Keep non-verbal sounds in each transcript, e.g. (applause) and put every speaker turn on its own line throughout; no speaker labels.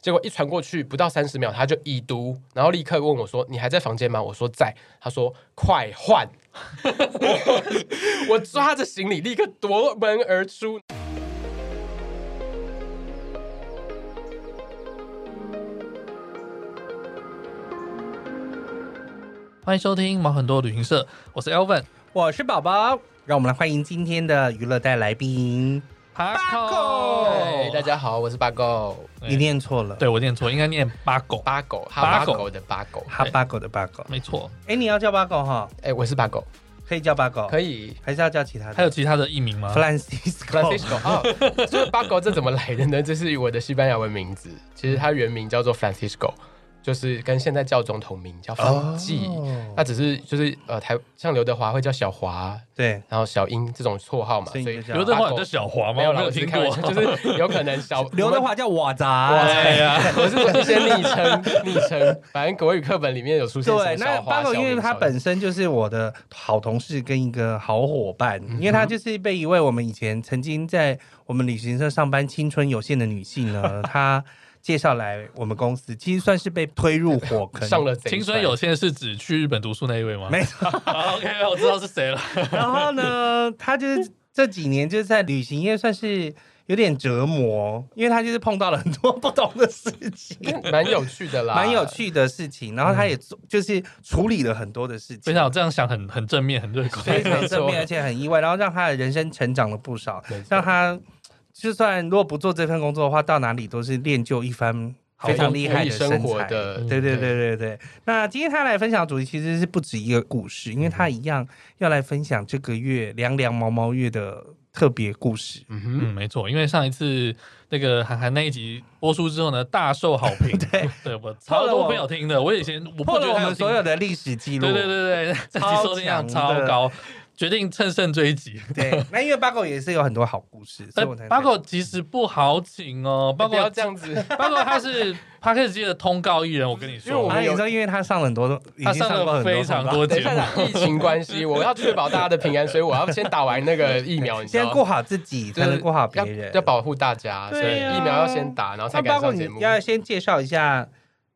结果一传过去不到三十秒，他就已读，然后立刻问我说：“你还在房间吗？”我说：“在。”他说：“快换！” (laughs) 我我抓着行李立刻夺门而出。
欢迎收听毛很多旅行社，我是 Elvin。
我是宝宝，让我们来欢迎今天的娱乐带来宾。
嗨，哎大
，Paco，
家好，我是八狗，
对
你念错了，，
哎对我念错，应该念八狗，
八狗，哈
八
八
狗
狗的八狗。
哈巴狗的巴狗。
没错。
哎，你要叫巴狗哈，
哎，我是八狗，
可以叫巴狗，
可
以，
以。
还是要叫其他的？
还有其他的艺名吗？
Francisco，
Francisco 哦，这个八狗这怎么来的呢？这是我的西班牙文名字，其实它原名叫做 Francisco，就是跟现在教宗同名，叫方济。那只是就是呃，台像刘德华会叫小华，
对，
然后小英这种绰号嘛，所
所以你
以
就叫
刘德华
八
有
狗
叫小华吗？
没有
我
啦，
没有
我只是
听
开
过
玩。笑，
(laughs)
就是有可能
(laughs)
小
刘德。华啊叫我
哎
咋？
呀，
(laughs) 我们我是一些昵称，昵称，反正国语课本里面有出现什么
对，那
小
巴
华，
狗，
小
因为
明
他
小英
本身就是我的好同事跟一个好伙伴，
嗯
因为他就是被一位我们以前曾经在我们旅行社上班青春有限的女性
(laughs)
呢，她介绍来我们公司，其实算是被推入火坑，
上了贼
青春
船 (laughs)
有限是指去日本读书那一位吗？
没
(laughs) 好，OK，我知道是谁了。
然后呢，他就是这几年就是在旅行业算是有点折磨，因为他就是碰到了很多不同的事情，
嗯蛮有趣的 (laughs) 啦，
(laughs) 蛮有。趣的事情。然后他也做就是处理了很多的事情，
非常这样想很很正面，很乐观。
非常正
没错
面，而且很意外，然后让他的人生成长了不少
没错，
让他。就算如果不做这份工作的话，到哪里都是练就一番非常厉害
有
的
益生活
材
的，
对对对对对。那今天他来分享的主题其实是不止一个故事，因为他一样要来分享这个月凉凉毛毛月的特别故事。
嗯哼，
嗯，没错，因为上一次那个韩寒那一集播出之后呢，大受好评。对， (laughs) 对我超多朋友听的，我以前我不
破
觉
了
得
我
他有
们
听
所有的历史记录。
对对对对，这集收听量超高，决定乘胜追击。
对那因为八狗也是有很多好故事，所以我才哎
但哎八狗其实不好请哦，八
不
狗
要这样子，
八狗他是 p 克 c 界的通告艺人，我跟你
因为我
说
们，
啊，你说因为他上了很多，已
他
经
上
过
了
很
非常
通告
多
等
节
一下
(laughs)
啦，
目。
疫情关系，我要确保大家的平安，所以我要先打完那
(laughs)
个疫苗，你知
先
道
顾好自己，
就是
才能顾好别人
要。要保护大家，所以
对啊
疫苗要先打，然后才
那
敢
八狗
上
你
节目。
要先介绍一下，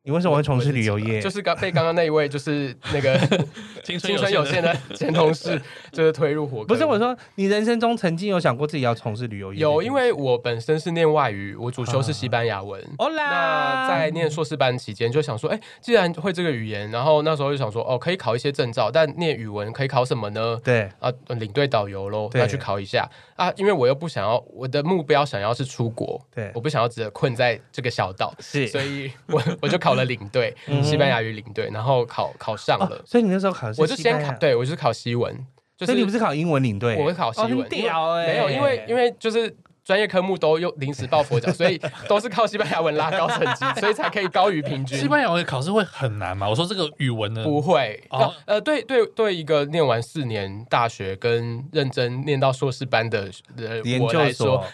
你为什么会从事旅游业？
就是刚被刚刚那一位，就是那个 (laughs)
青春
青春有
有
限
限
的前同事，就是推入火坑。
不是我说，你人生中曾经有想过自己要从事旅游业这件事？
有，因为我本身是念外语，我主
啊
修是西班牙文。
哦啦，
那在念硕士班期间，就想说，哎、既然会这个语言，然后那时候就想说，哦，可以考一些证照，但念语文可以考什么呢？
对。
啊，领队导游喽，
对
那去考一下啊，因为我又不想要，我的目标想要是出国，
对
我不想要只困在这个小岛，
是
所以我我就考了领队，
嗯
西班牙语领队，然后考考上了，
哦所以你那时候考的是
我就
西班
先考，
牙，
对我就是考西文，就
所以你不
是
是考英文领队？
我会考西
哦
文，
很屌哎、
没有，因为因
为
为就是。专业科目都又临时抱佛脚，
(laughs)
所以都是靠西班牙文拉高成绩，所以才可以高于平均。
(laughs) (laughs) 西班牙文考试会很难嘛？我说这个语文呢，
不会，
哦
呃，对对对，一个念完四年大学跟认真念到硕士班的呃
研
我
究
来
所
说，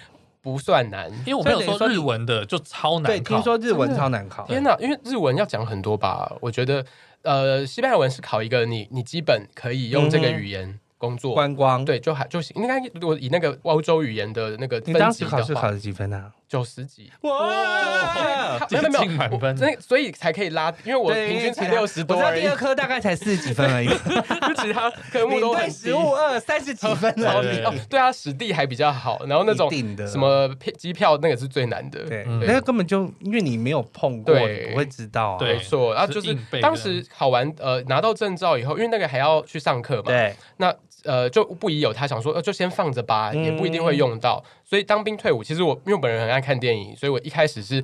不算难。
因为我没有
所以等
说
于说你
日文的就超
对，
难考
听。说日文超难考，
天哪，因为日文要讲很多吧？我觉得，呃，西班牙文是考一个你你基本可以用这个
嗯哼
语言工作，
观光。，
对，就还就行。应该如果以那个欧洲语言的那个
你
分
当
级
时考试
的
考
话，
了几
(laughs)
分啊？
九十几。
哇！
没有没
接
有
近
没
满
有，我
分
那所以才可以拉，因为我
对
平
因为
均
其他
才六十
我
多
知道
而已
第，二科大概才四十几
(laughs)
分而已，
其他科目
你
都
对
很低
十。五二三十几
(laughs)
分
然后
了，
对
哦，对啊，史地还比较好，然后那种
一定的
什么票机票那个是最难的，
对，
嗯
那个根本就因为你没有碰过，
对
你不会知道啊。
对
没错。然后
是
就是
硬背的
当时考完呃拿到证照以后，因为那个还要去上课嘛，
对，
那呃就不疑有他，想说呃就先放着吧，
嗯
也不一定会用到。所以当兵退伍，其实我因为我本人很爱看电影，所以我一开始是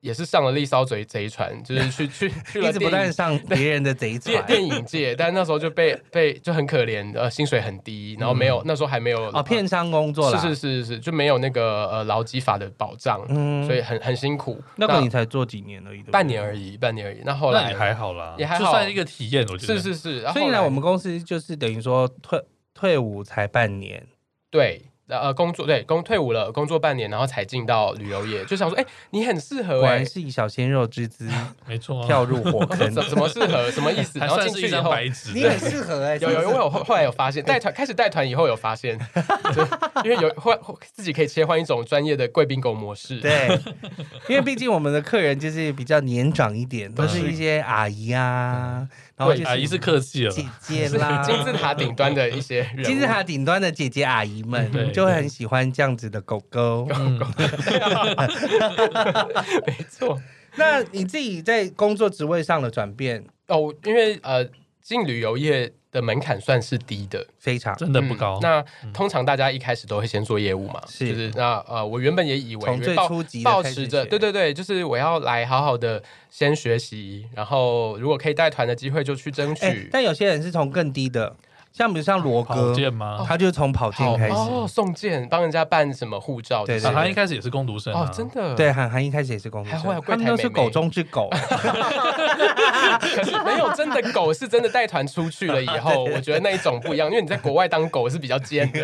也是上了立艘贼贼船，就是去去去
一
了
直不
电
断
影。
上别人的贼
电
船。
电影界，但那时候就被被就很可怜，呃，薪水很低，然后没有、
嗯
那时候还没有
哦，片商工作
是
啦，
是
是，
是是，就没有那个呃劳基法的保障，
嗯
所以很很辛苦。
那个你才做几年而已，对不对
半年而已，半年而已。那后
那
来
也还好啦，
也还好
就算一个体验，我觉得
是。是是，然后
所以呢，
来
我们公司就是等于说退退伍才半年，
对。呃工作对工退伍了，工作半年，然后才进到旅游业，就想说，哎、你很适合、
果
哎
然是以小鲜肉
(laughs)
之姿
没错啊，
跳入火坑
怎。怎么适合，什么意思？
(laughs) 还
然后
算
进
是
去
一
以
张
后，
白纸。
(laughs) 你很适合哎、
有有，我有后后来有发
(laughs)
现，带团开始带团以后有发现， (laughs) 就因为有换自己可以切换一种专业的贵宾狗模式，
对，因为毕竟我们的客人就是比较年长一点，都是一些阿姨
嗯
啊，然后就
对，阿姨是客气了，
姐姐
是 (laughs)
啦，
金字塔顶端的一些人物，嗯
金字塔顶端的姐姐阿姨
对
们就会很喜欢这样子的狗
(laughs)
狗。
嗯
没错。
那你自己在工作职位上的转变
哦，因为呃，进旅游业的门槛算是低的，
非常
真的不高
嗯。那通常大家一开始都会先做业务嘛，
嗯是
就是那呃，我原本也以为
从最
抱
初级的
抱
开始
持着
学
对对对，就是我要来好好的先学习，然后如果可以带团的机会就去哦争
哎、
取。
但有些人是从更低的，像比如像罗
跑
哥，
剑
哦
吗？
他就是从跑
好
进开始。
哦，送件帮人家办什么护照之
对
类
对
的，
啊他一开始也是攻读生
哦，
啊
真的
(laughs) 对，韩寒一开始也是工作
还会有
生，
柜
他们
台
都
妹
是
妹
狗中之
(laughs)
狗。
可是没有真的狗是真的带团出去了以
(laughs)
后，我觉得那一种不一样，因为你在国外当狗是比较尖的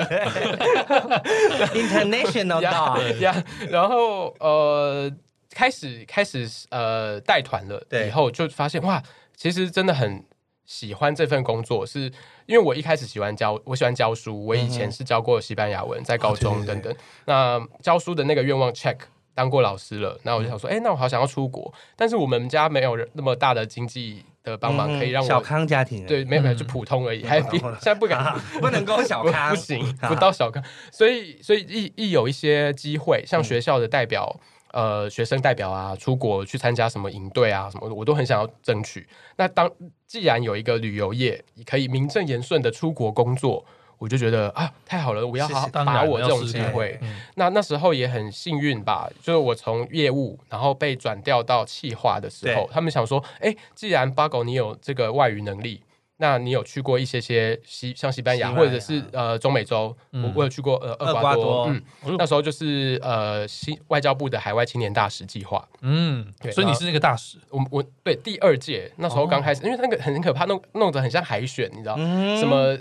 International
呀
dog，
呀。然后呃，开始开始呃带团了
对
以后，就发现哇，其实真的很喜欢这份工作，是因为我一开始喜欢教，我喜欢教书，我以前是教过西班牙文，在高
哦
中
对对
等
对
等。那教书的那个愿望 check。当过老师了，那我就想说，哎、那我好想要出国，但是我们家没有人那么大的经济的帮忙，可以让我
嗯小康家庭
对，没有没有，就
嗯
普通而已，还比
普通
现在不敢，
不能够小
不 (laughs)
康啊
不，
(laughs)
行，不到小康，所以所以一一有一些机会，像学校的代表。呃，学生代表啊，出国去参加什么营队啊，什么的我都很想要争取。那当既然有一个旅游业可以名正言顺的出国工作，我就觉得啊，太好了，我要
是
好好
是
当
把
然
握
要
这种
试试
机
看
会。
嗯
那那时候也很幸运吧，就是我从业务然后被转调到企划的时候
对，
他们想说，哎，既然八狗你有这个外语能力，那你有去过一些些西像西班牙
西班
或
牙
者是呃中美洲，
嗯
我我有去过呃
厄
厄
瓜
瓜
多
多，嗯，
哎呦
那时候就是呃新外交部的海外青年大使计划，
嗯，
对啊
所以你是那个大使，
我我对第二届那时
哦
候刚开始，因为那个很可怕，弄弄得很像海选，你知道、
嗯
什么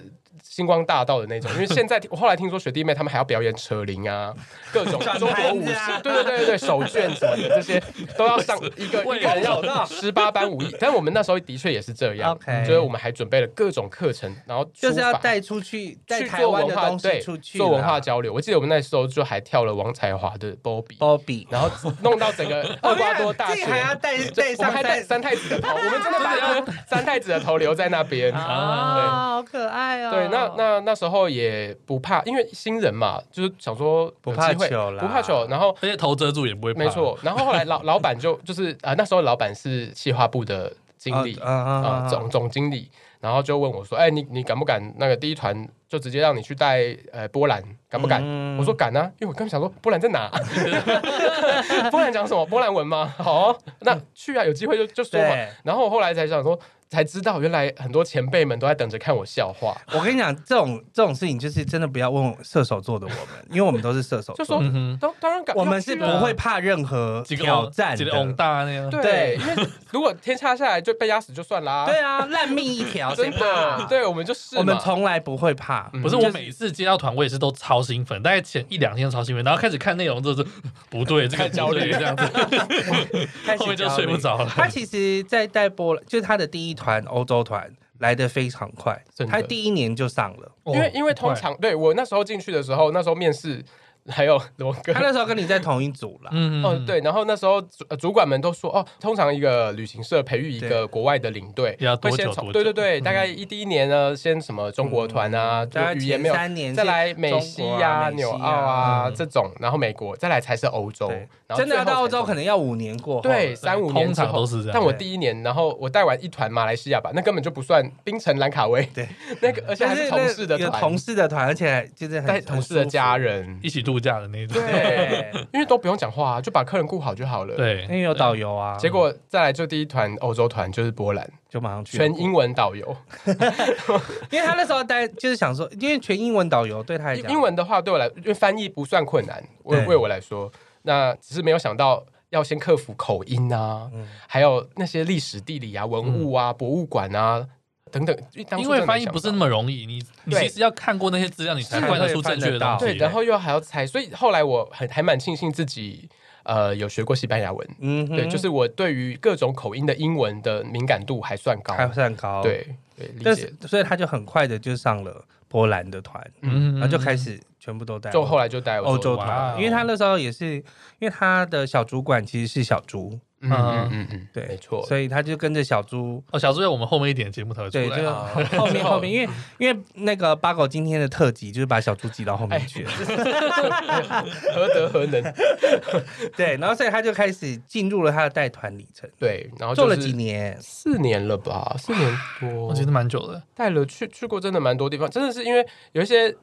星光大道的那种。因为现在我后来听说学弟妹他们还要表演扯铃啊，各种
转
中国
盘
舞
子
狮
啊，
对对对对对，手绢什么的这些都要上一个
为
一个人 (laughs)
了
要十八般
(laughs)
武艺。但我们那时候的确也是这样
OK
就是我们还准备了各种课程，然后
就是要
书法
带出去，带
去
台
做
湾
文
的
化
东西
对
出去啦，
做文化交流。我记得我们那时候就还跳了王才华的波比。
Bobby，
然后弄到
(laughs)
整个厄
哦
瓜多大
自
学，
己还要带带
我们
上
还戴三太子的头，我们真
(laughs)
的把那个三太子的头留在那边。
啊，好可爱哦。
对，那那那时候也不怕，因为新人嘛，就是想说
不
有
怕
机会
球啦
不怕球。然后
而且头遮住也不会怕。
没，错，然后后来老老板就就是啊、呃那时候老板是企划部的经理
啊啊啊
啊、
啊
总总经理，然后就问我说：“哎，你你敢不敢那个第一团就直接让你去带呃波兰，敢不敢？”
嗯
我说敢啊，因为我刚想说波兰在哪？ (laughs) 波兰讲什么？波兰文吗？ (laughs) 好啊、那去啊，有机会就就说嘛
对。
然后我后来才想说，才知道原来很多前辈们都在等着看我笑话，
我跟你讲，这种这种事情就是真的不要问射手座的我们，因为我们都是射手
就
座，
说
嗯哼，
当当然敢，
我们
要去
是
啊
不会怕任何
几个
挑战
几个翁
的。
大那样。
对，因为如果天塌下来就被压死就算啦。
对啊，烂命一条，谁
真的，
怕？啊
对，我们就是嘛
我们从来不会怕。
嗯
不是
就
我每一次接到团，我也是都超兴奋，大概前一两天超兴奋，然后开始看内容之后就不对，这个
太焦
不对
虑
这样子，
开始
后面就
焦虑
睡不着了。
他其实，在带波兰，就是他的第一团欧洲团来的非常快
真，的
他第一年就上
(laughs)
了。
因为因为通常对我那时候进去的时候，那时候面试还有罗哥
他。那时候跟你在同一组了，
嗯，嗯
哦，，对，然后那时候主、呃主管们都说，哦，通常一个旅行社培育一
对
个国外的领队，
要多
会先
久
从
多
对
久嗯
对对，大概一第一年呢，先什么中国团啊，就
嗯大概
语言
前
没有，
三年
再
是
来美
中
西
国啊
呀、
美西
纽
啊
澳啊
嗯
这种，然后美国，再来才是欧洲
对，
然后
真的
最
要到
后
欧
才
(laughs)
洲可能要五年过后。
对，三五年
通
之
常
后
都是这样。
但我
对
第一年，然后我带完一团马来西亚吧，那根本就不算槟城兰卡威，
对，
那个而且
但
还
是
是
那
同事的
有
团，
同事的团，而且还就是很
带同事的家。人
一，起度假的那种。
很
(laughs)
舒服对，
因为都不用讲话、啊，就把客人顾好就好了。，
因
对，
为有导游啊，
结果再来就第一团欧洲团就是波兰，
就马上去了。
全英文导游，
因为他那时候带就是想说，因为全英文导游对他来
英
讲，
英文的话对我来，因为翻译不算困难，为
对
为我来说，那只是没有想到。要先
嗯
克服口音啊，还有那些历史、地理啊、文物啊、博物馆啊，等等，因为当初
因
真
为
的
翻
没
译
想
不是
到
那么容易，你你
对
其实要看过那些资料，你才
是
灌得
会
出
翻
正
得
确的东
到
西。
对，然后又还要猜，所以后来我很还蛮庆幸自己呃有学过西班牙文，
嗯哼，
对，就是我对于各种口音的英文的敏感度还算高，
还算高，，
对对，理
但
解
是。所以他就很快的就上了波兰的团，
嗯
然后就开始全部都带
嗯就后
来
来就带
欧洲
哇哦
团，因为他那时候也是，因为他的小主管其实是小猪，
嗯嗯嗯嗯，
对，
没错，
所以他就跟着小猪。
哦，小猪要我们后面一点节目才会出
对，
来。
就
啊
(laughs) 后面后面，因为因为那个八狗今天的特辑就是把小猪挤到后面去了，
哎 (laughs) 何德何能？
(laughs) 对，然后所以他就开始进入了他的带团里程，
对，然后
做
哦就
了
是
几年，
四年了吧，四年多
我，觉得蛮久的，
带了去去过真的蛮多地方，真的是因为有一些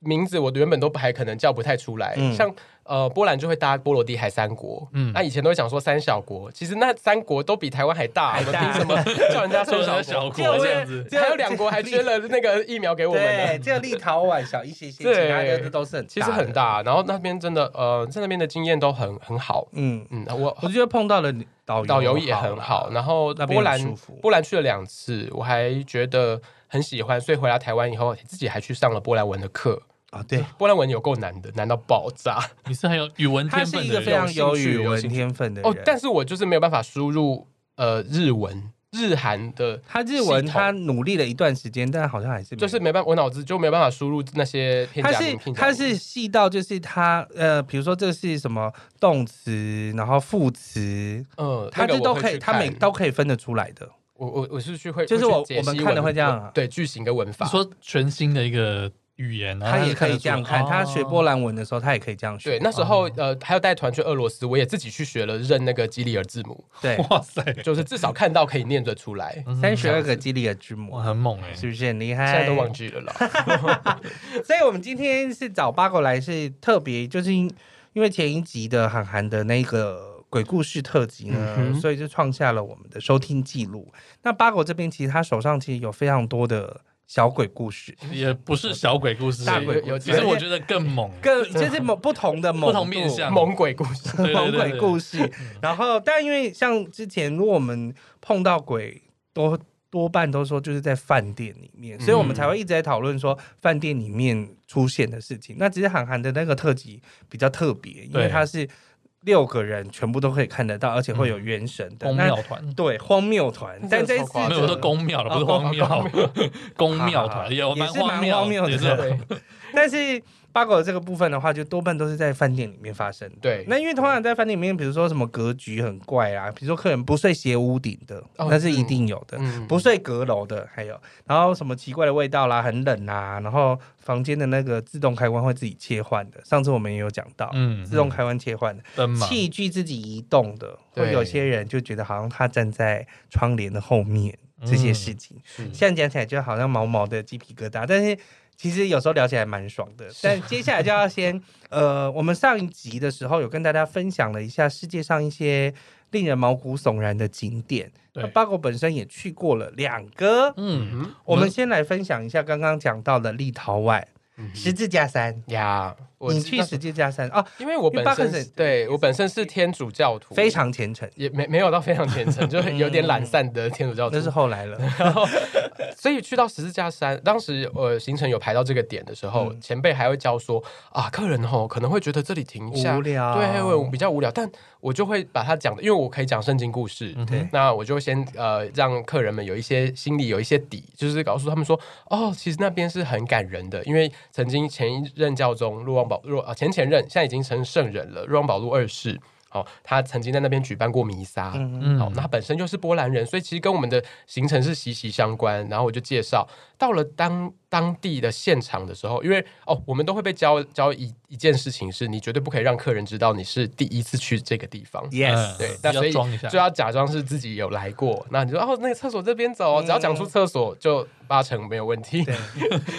名字我原本都不还可能叫不太出来，
嗯
像呃波兰就会搭波罗的海三国，
嗯
那、以前都会想说三小国，其实那三国都比台湾还大，我们凭什么叫人
(laughs)
家说小
小小
国？
国
就是
这样子，
只有
还有两国还捐了那个疫苗给我们
对，
呢。
只有立陶宛小一些些，
对
其他的都是很
其实很
的，
大，然后那边真的，呃，在那边的经验都很很好，
嗯，
嗯，我
我觉得碰到了导游
导游也很
啦
好，然后
那
波
边
兰
很舒服
波兰去了两次，我还觉得很喜欢，所以回来台湾以后，自己还去上了波兰文的课。
啊，对，
波兰文有够难的，难到爆炸
你是很有语文
他
天
是
分
一
的
个非
人。
常有语文天分的人，
哦！但是我就是没有办法输入呃日文、日韩的，
他日文
系统
他努力了一段时间，但好像还是没有
就是没办法，我脑子就没有办法输入那些片
他
假
是
名。片假
他
名
是细到就是他呃，比如说这是什么动词，然后副词，
呃，
他
那
这
个
都
我会
可以，
去
他
看
每都可以分得出来的。
我我我是去会，
就是我
会去解析
我们看的会这样啊
对句型跟文
你
法。
说全新的一个语言，
啊
然后
他也可以
就
这样
得出来
看，他学波
哦
兰文的时候，他也可以这样学
对，。那时
哦
候呃还有带团去俄罗斯，我也自己去学了认那个基里尔字母，
对，
哇塞，
就是至少看到可以念得出来。
三十二个基里尔之母
哇，，很猛哎！
是不是很厉
(laughs)
害？
现在都忘记了啦。
所以我们今天是找八狗来，是特别就是因因为前一集的韩寒的那个鬼故事特辑呢，
嗯哼
所以就创下了我们的收听记录。那八狗这边其实他手上其实有非常多的小鬼故事，
也不是小鬼故事，
大
鬼故事
其实我觉得更
(laughs)
猛，
各就是某不同
(laughs)
的某
不同面向
猛鬼故
(laughs)
事，
对
猛鬼故
事，
事。然后，但因为像之前，如果我们碰到鬼，多多半都说就是在饭店里面，所以我们才会一直在讨论说饭店里面出现的事情。那只是韩寒的那个特辑比较特别，因为
对
它是六个人全部都可以看得到，而且会有元神的。
公
那
庙团。
对荒谬团，但这一次
真
没
的超
有
夸张
我说公庙了，不是
哦
荒 (laughs)
公
谬，公庙
好好好
团有
也
蛮
是蛮
谬，
荒谬的
也是
对
但是八狗的这个部分的话，就多半都是在饭店里面发生的。
对
那因为通常在饭店里面，比如说什么格局很怪啊，比如说客人不睡斜屋顶的，
哦
那是一定有的。
嗯，
不睡阁楼的，还有，然后什么奇怪的味道啦，很冷啊，然后房间的那个自动开关会自己切换的，上次我们也有讲到，
嗯
自动开关切换的，
灯嘛，
器具自己移动的，
对
会有些人就觉得好像他站在窗帘的后面，
嗯
这些事情，现在讲起来就好像毛毛的鸡皮疙瘩，但是。其实有时候聊起来蛮爽的，但接下来就要先，呃，我们上一集的时候有跟大家分享了一下世界上一些令人毛骨悚然的景点，那
对，
八狗本身也去过了两个，
嗯，
嗯
我们先来分享一下刚刚讲到的立陶宛
嗯
十字架山。
呀，我哦
你去
那
十字架山啊，
因为我本
因为巴克
身
森
是对我本身是天主教徒，
非常虔诚，
也没没有到非常虔诚，就是有点懒散的天主教徒
那。是后来了。
然后，所以去到十字架山，当时呃行程有排到这个点的时候，
嗯
前辈还会教说啊，客人吼可能会觉得这里停一下
无，聊
对，我比较无聊，但我就会把它讲的，因为我可以讲圣经故事，
对
那我就先呃让客人们有一些心里有一些底，就是告诉他们说，哦，其实那边是很感人的，因为曾经前一任教宗若望保若啊前前任，现在已经成圣人了，若望保禄二世，哦，他曾经在那边举办过弥撒。
嗯，
嗯
好，那他本身就是波兰人，所以其实跟我们的行程是息息相关。然后我就介绍到了当当地的现场的时候，因为哦，我们都会被教教一一件事情是，你绝对不可以让客人知道你是第一次去这个地方。
Yes，
(laughs)
对
嗯，
那
要
所以
装一下
就要假装是自己有来过。那你就哦，那个厕所这边走，
嗯
只要讲出厕所就八成没有问题。
对，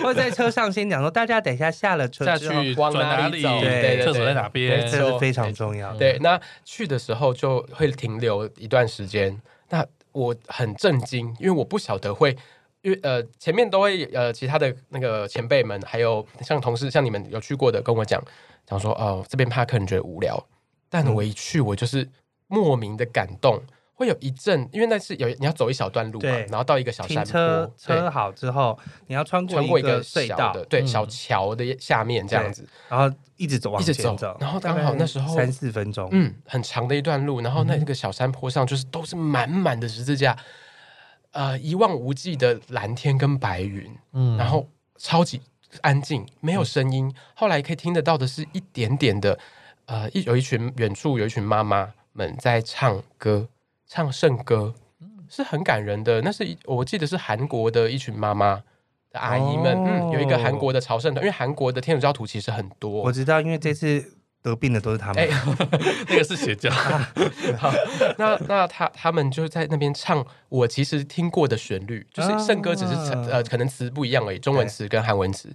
或者在车上先讲说，大家等一下下了车
下
之后，
去
往
转
哪
哪
里
里，
走
对对
厕所
对
在哪边
没，
这是非常重要的。
对，那去的时候就会停留一段时间。那我很震惊，因为我不晓得会。因为呃，前面都会呃，其他的那个前辈们，还有像同事，像你们有去过的，跟我讲，讲
嗯
说哦，这边怕客人觉得无聊，但我一去，我就是莫名的感动。会有一阵，因为那是有你要走一小段路嘛，
对
然后到一个小
停
山
车
坡，
车
对，
好之后，你要穿过
穿过一
个
个
隧
小
道，
的对
嗯
小桥的下面这样子，
然后一直走往
一
前
直走，然后刚
大
好
概
那时候
三四分钟，
嗯，很长的一段路，然后那那个小山坡上就是都是满满的十字架，呃，一望无际的蓝天跟白云，
(laughs)
嗯
然后超级安静，没有声音。后来可以听得到的是一点点的，呃，一有一群远处有一群妈妈们在唱歌，唱圣歌，是很感人的。那是一我记得是韩国的一群妈妈。的阿姨们，嗯，有一个韩国的朝圣团，因为韩国的天主教徒其实很多，
我知道，因为这次得病的都是他们
哎，
那个是邪
(laughs)
教，
好，那那他他们就在那边唱我其实听过的旋律，就是圣歌只是词
啊
呃可能词不一样而已，中文
对
词跟韩文词。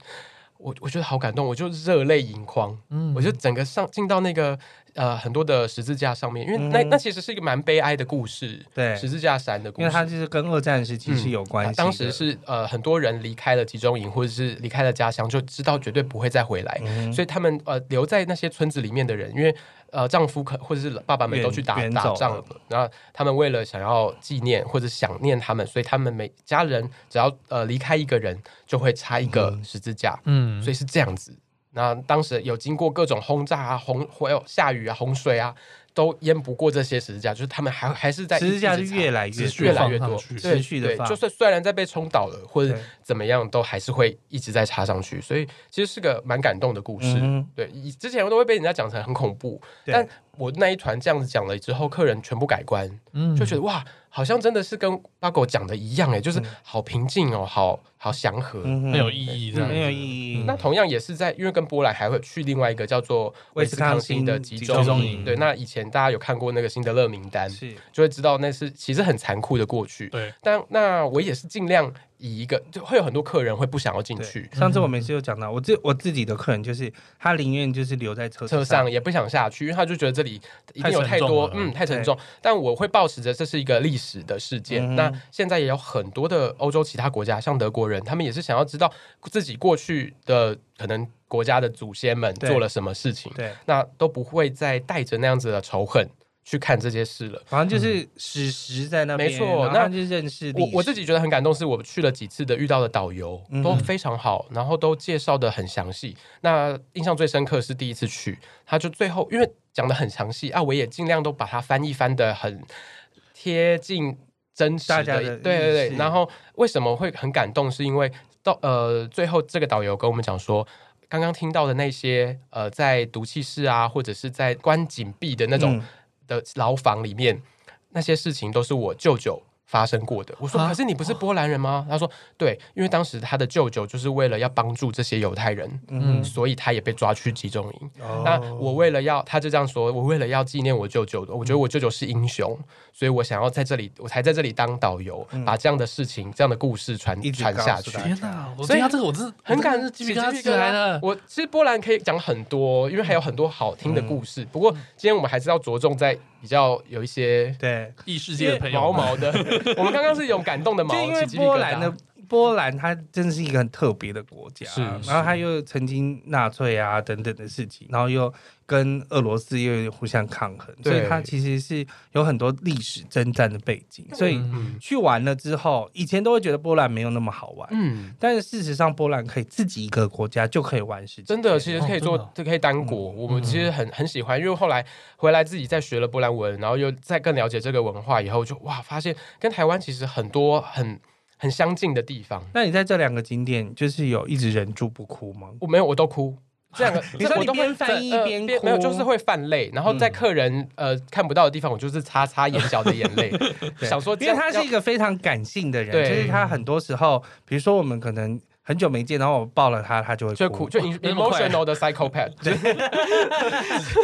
我我觉得好感动，我就热泪盈眶，
嗯
我就整个上进到那个呃很多的十字架上面，因为那、那其实是一个蛮悲哀的故事，
嗯对
十字架山的故
因
事嗯
为。它就是跟二战时期是有关系的、
当时是呃很多人离开了集中营或者是离开了家乡，就知道绝对不会再回来，
嗯
所以他们呃留在那些村子里面的人，因为呃丈夫可或者是爸爸们
远
都去打
远走
打仗了，然后他们为了想要纪念或者想念他们，所以他们每家人只要呃离开一个人，就会插一个十字架，
嗯
所以是这样子。那当时有经过各种轰炸啊、洪还有下雨啊、洪水啊，都淹不过这些十字架，就是他们还还是在一
十字架是
一直插
越来越
持续
越
多
来越
放上
多，
去
对
持续地
对
放
就算虽然在被冲倒了或者
对
怎么样，都还是会一直在插上去，所以其实是个蛮感动的故事。
嗯
对，以之前都会被人家讲成很恐怖，
对
但我那一团这样子讲了之后，客人全部改观，
嗯
就觉得哇，好像真的是跟八狗讲的一样，哎，就是好平静哦，好好祥和。
嗯哼
很有意义，这样
很有
义。
意义。
那同样也是在，因为跟波兰还会去另外一个叫做
威
威
斯
斯
康
康
星
星的集
集
中
中
营。
营
对，那以前大家有看过那个辛德勒名单，
是
就会知道那是其实很残酷的过去。
对，
但那我也是尽量以一个，就会有很多客人会不想要进去
对，上次我
嗯
们也是有讲到，我自我自己的客人就是他宁愿就是留在车
车
上
上，也不想下去，因为他就觉得这里一定有太多，
太沉重了
嗯，太沉重。但我会保持着这是一个历史的事件。
嗯
那现在也有很多的欧洲其他国家，像德国人，他们也是想要知道自己过去的可能国家的祖先们
对
做了什么事情，
对，
那都不会再带着那样子的仇恨去看这些事了。
反正就是史实在那边，
嗯没错
然后
那
他就认识历
我
史
我自己觉得很感动，是我去了几次的遇到的导游
嗯
都非常好，然后都介绍的很详细。那印象最深刻是第一次去，他就最后因为讲的很详细啊，我也尽量都把它翻译翻的很贴近真实
大家的
对对
意识
对。然后为什么会很感动，是因为到呃最后这个导游跟我们讲说。刚刚听到的那些呃，在毒气室啊，或者是在关紧闭的那种
嗯
的牢房里面，那些事情都是我舅舅发生过的。我说，
啊
可是你不是波兰人吗？他说，对，因为当时他的舅舅就是为了要帮助这些犹太人，
嗯
所以他也被抓去集中营。
哦
那我为了要，他就这样说，我为了要纪念我舅舅，我觉得我舅舅是英雄，所以我想要在这里，我才在这里当导游，把这样的事情、这样的故事传
嗯一直
传
告诉
下去
大。家
天哪！我
所以
听到这个，我真的
很感
人，
人，
鸡皮疙瘩起来了。
我其实波兰可以讲很多，因为还有很多好听的故事。不过今天我们还是要着重在比较有一些
对，
异世界的朋
毛
友们
毛
(laughs)
的。我们刚刚是有感动的毛
就，因为
起鸡皮疙瘩
波兰的波兰，它真的是一个很特别的国家，
是
然后它又曾经纳粹啊等等的事情，然后又跟俄罗斯又有点互相抗衡，所
对
以它其实是有很多历史征战的背景。所以
嗯
去完了之后，以前都会觉得波兰没有那么好玩，
嗯，
但是事实上，波兰可以自己一个国家就可以玩十几
真
天，
的，其实可以做，
哦真的哦
这可以单国。我们其实很很喜欢，因为后来回来自己再学了波兰文，然后又再更了解这个文化以后，就哇，发现跟台湾其实很多很很相近的地方。
那你在这两个景点，就是有一直忍住不哭吗？
我没有，我都哭。这两个
(laughs) ，你说
这
你
我都会
边翻译
呃
边哭嗯
没有，就是会泛泪。然后在客人、呃看不到的地方，我就是擦擦眼角的眼
(laughs)
泪，想说这
因
样
为他是一个非常感性的人，
对
就是他很多时候，比如说我们可能很久没见，然后我抱了他，他就会
就
哭
哭，。就
那么快
emotional 的 psychopath，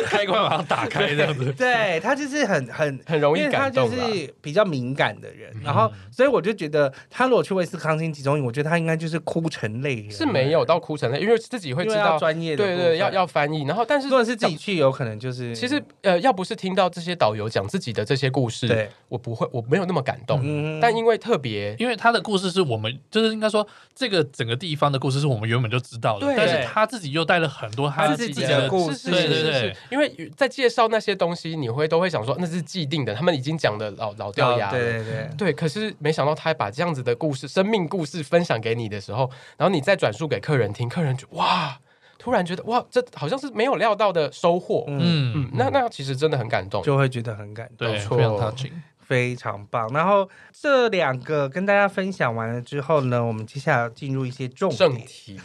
开关马上打开这样子。 (laughs)
对他就是很很
很容易
因为他
感
就
动啦嗯
是比较敏感的人，然后所以我就觉得他如果去威斯康星集中营，我觉得他应该就是哭成泪人，
是没有到哭成泪，因为自己会
因
知
为要
道，
专业
对
的部
对
分，
对，要要翻译。然后，但是
如果是自己去，有可能就是
其实呃，要不是听到这些导游讲自己的这些故事，
对，
我不会，我没有那么感动。
嗯
但因为特别
因为他的故事是我们，就是应该说这个整整个地方的故事是我们原本就知道的，
对
但是他自己又带了很多
他
自
自己
的
的故
是
事，
对对
是
对
是因为在介绍那些东西，你会都会想说那是既定的，他们已经讲的老老掉牙了。
哦对对对，
对，可是没想到他把这样子的故事、生命故事分享给你的时候，然后你再转述给客人听，客人就哇，突然觉得哇，这好像是没有料到的收获。嗯
嗯，
嗯，
那那其实真的很感动。
就会觉得很感动。
对，
没错
非常 touching。
非常棒。然后这两个跟大家分享完了之后呢，我们接下来进入一些重
正
点
题，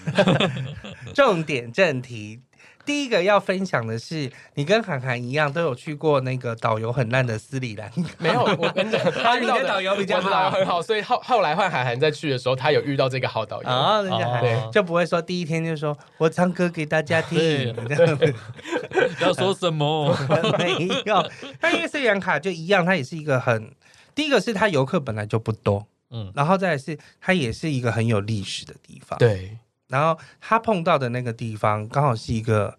重点正题。第一个要分享的是，你跟韩寒一样都有去过那个导游很烂的斯里兰卡，
(laughs) 没有，我跟 (laughs) 你讲，他遇到
你的导游比较
我的导游
好
很好，所以后后来换海涵再去的时候，他有遇到这个好导游。
然后人家
哦
还
对
就不会说第一天就说我唱歌给大家听
对
这样子，
要说
(laughs)
什么？
(laughs) 没有。但因为斯里兰卡就一样，它也是一个很第一个是它游客本来就不多，
嗯，
然后再来是它也是一个很有历史的地方。
对，
然后他碰到的那个地方刚好是一个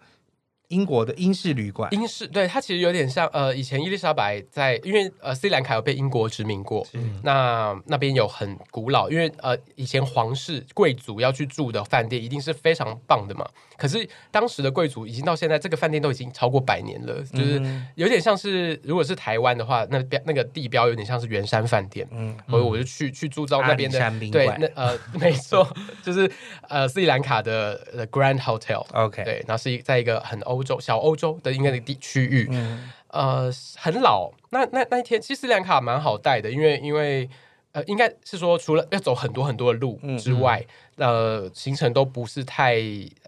英国的英式旅馆，
英式对它其实有点像呃，以前伊丽莎白在，因为呃斯里兰卡有被英国殖民过，
嗯
那那边有很古老，因为呃以前皇室贵族要去住的饭店一定是非常棒的嘛。可是当时的贵族已经到现在，这个饭店都已经超过百年了，就是
嗯
有点像是如果是台湾的话，那标那个地标有点像是圆山饭店，
嗯，
所以我就去去住到那边的
阿里山宾
对
馆，
那呃 (laughs) 没错，就是呃斯里兰卡的呃 Grand Hotel。
，OK，
对，然后是一在一个很欧洲、小欧洲的应该的地区域，
嗯，
呃，很老。那那那一天，其实斯里兰卡蛮好带的，因为因为呃，应该是说除了要走很多很多的路
嗯
之外，呃，行程都不是太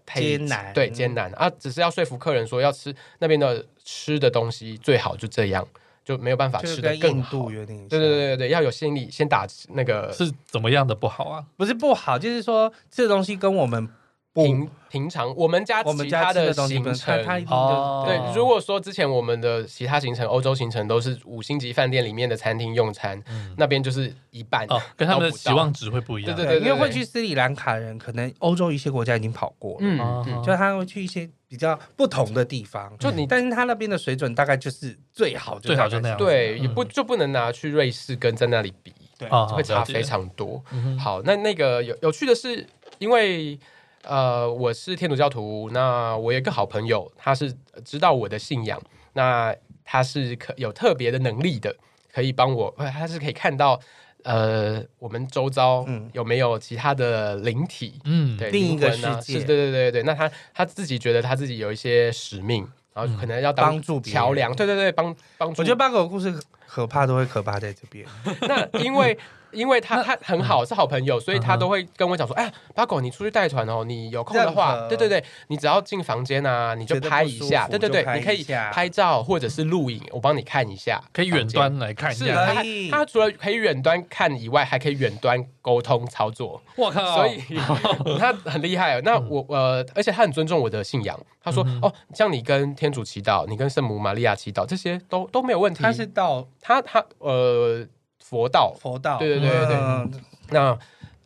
太
艰难嗯
对艰难啊，只是要说服客人说要吃那边的吃的东西最好就这样，就没有办法
就是
吃的
跟
更
印
好
度。有点像，
对对对对对，要有心理，先打那个
是怎么样的不好啊？
不是不好，就是说这东西跟我们不，
平平常我们家
我们
其
家
他
吃的东西
行
不是，它
程
它一定
哦
就
对
哦，
如果说之前我们的其他行程、欧洲行程都是五星级饭店里面的餐厅用餐，那边就是一半
嗯哦，跟他们的
到不
期
到
望值会不一样。
对
因为会去斯里兰卡的人，可能欧洲一些国家已经跑过了，
嗯，
哦
嗯
就他会去一些比较不同的地方，
就你
但是他那边的水准大概就是最好，
最好就那样子
对
嗯
也不就不能拿去瑞士跟在那里比，
对
啊，
会差
了解
非。常多。
嗯哼
好，那那个有有趣的是，因为呃，我是天主教徒，那我有一个好朋友，他是呃知道我的信仰，那他是可有特别的能力的，可以帮我，呃他是可以看到呃我们周遭
嗯
有没有其他的灵体，
嗯，
对
另一个
灵魂啊
世界
是对对对对。那他他自己觉得他自己有一些使命，然后可能要当
嗯帮助别人
桥梁，对对对，帮帮助。
我觉得八狗的故事可怕都会可怕在这边，
(laughs) 那因为。因为他他很
嗯
好，是好朋友，所以他都会跟我讲说：“哎呀，八狗，你出去带团哦，你有空的
任
话，
何
对对对，你只要进房间啊，你就
觉得
拍
不
一
舒
下，
服
对对
就
对，
拍
你可
一
以
下
拍照或者是录影，我帮你看一下，
可以远端来看一
是
下。
他
可以
他除了可以远端看以外，还可以远端沟通操作，
我靠，
哦
所
(laughs)
以他很厉害哦。那
嗯
我呃，而且他很尊重我的信仰。他说：“哦，像你跟天主祈祷，你跟圣母玛利亚祈祷，这些都都没有问题。
他是到
他他呃佛道，
佛道，
对对对对对
嗯
那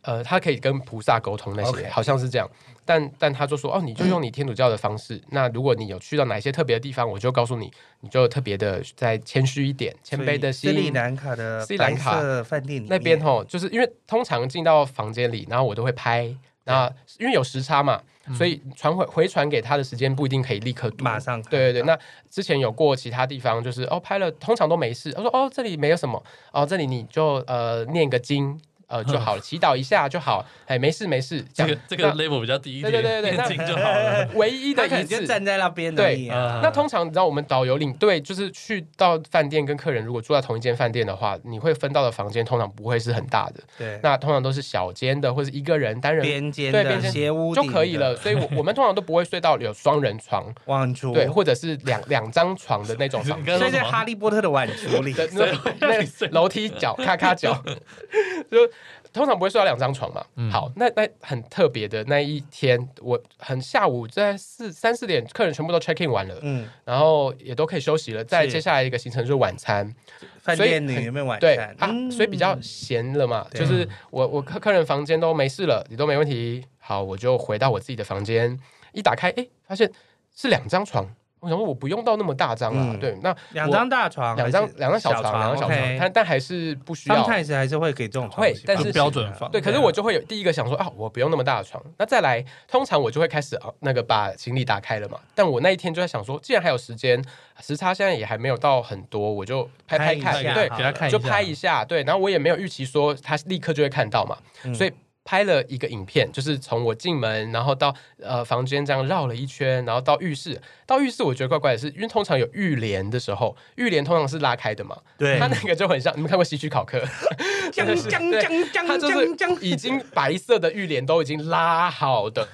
呃他可以跟菩萨沟通那些
OK 嗯
好像是这样。但但他就说：哦，你就用你天主教的方式。那如果你有去到哪一些特别的地方，我就告诉你，你就特别的再谦虚一点，谦卑的
所
心。
以斯里兰卡的
斯里兰卡
白色饭店里面
那边吼，就是因为通常进到房间里，然后我都会拍，那因为有时差嘛，所以传回回传给他的时间不一定可以立刻读
嗯马。上看啊
对对对，那之前有过其他地方，就是哦拍了，通常都没事。他说哦这里没有什么，哦这里你就呃念个经
嗯
呃就好了，祈祷一下就
(laughs)
好，哎没事没事。
这
样
个这个 level 比较低一点，
对对对对
眼镜就好了。
那唯一的
他可
一
能就
次
站在那边而
对
已啊。
啊
那通常你知道，我们导游领队就是去到饭店跟客人，如果住在同一间饭店的话，你会分到的房间通常不会是很大的，
对，
那通常都是小间的或是一个人单呃人
边间
对
的
边间
斜屋
就可以了。，所以我，我们通常都不会睡到有双人床，
晚厨
对，或者是两两张床的那种房
(laughs)
你
间。
刚刚
所
说
以在
什
《
么
哈利波特》的晚厨里，
对
所以
那
让
那
你睡
楼梯角、咔咔角， (laughs) 就通常不会睡到两张床嘛。
嗯
好，那那很特别的那一天，我很下午在四三四点，客人全部都 check in 完了，
(laughs) 嗯，
然后也都可以休息了。再
是
接下来一个行程就是晚餐，
饭店里有没有晚
对
餐？嗯
啊，所以比较闲了嘛，
对
就是我我客客人房间都没事了，你都没问题，好，我就回到我自己的房间，一打开，哎，发现是两张床，我想说我不用到那么大张啊，
嗯
对，那
两
我
张大床
两
还是，
张两张小床，两张小床，但
OK
但还是不需要。
sometimes 还是会给这种床
会
型
但
吧
是
标准房
对，可是我就会有第一个想说啊，我不用那么大的床。那再来，通常我就会开始啊，那个把行李打开了嘛。但我那一天就在想说，既然还有时间，啊时差现在也还没有到很多，我就拍
拍
拍
一
看，
下
对
给，他看一下，
就拍一下，对。然后我也没有预期说他立刻就会看到嘛，
嗯
所以拍了一个影片，就是从我进门，然后到呃房间这样绕了一圈，然后到浴室。到浴室我觉得怪怪的是，因为通常有浴帘的时候，浴帘通常是拉开的嘛，
对
啊
它
(laughs)
那个就很像你们看过《西区考克》，
将将
对
将
它
将
就是
将将，
已经白色的浴帘都已经拉好的，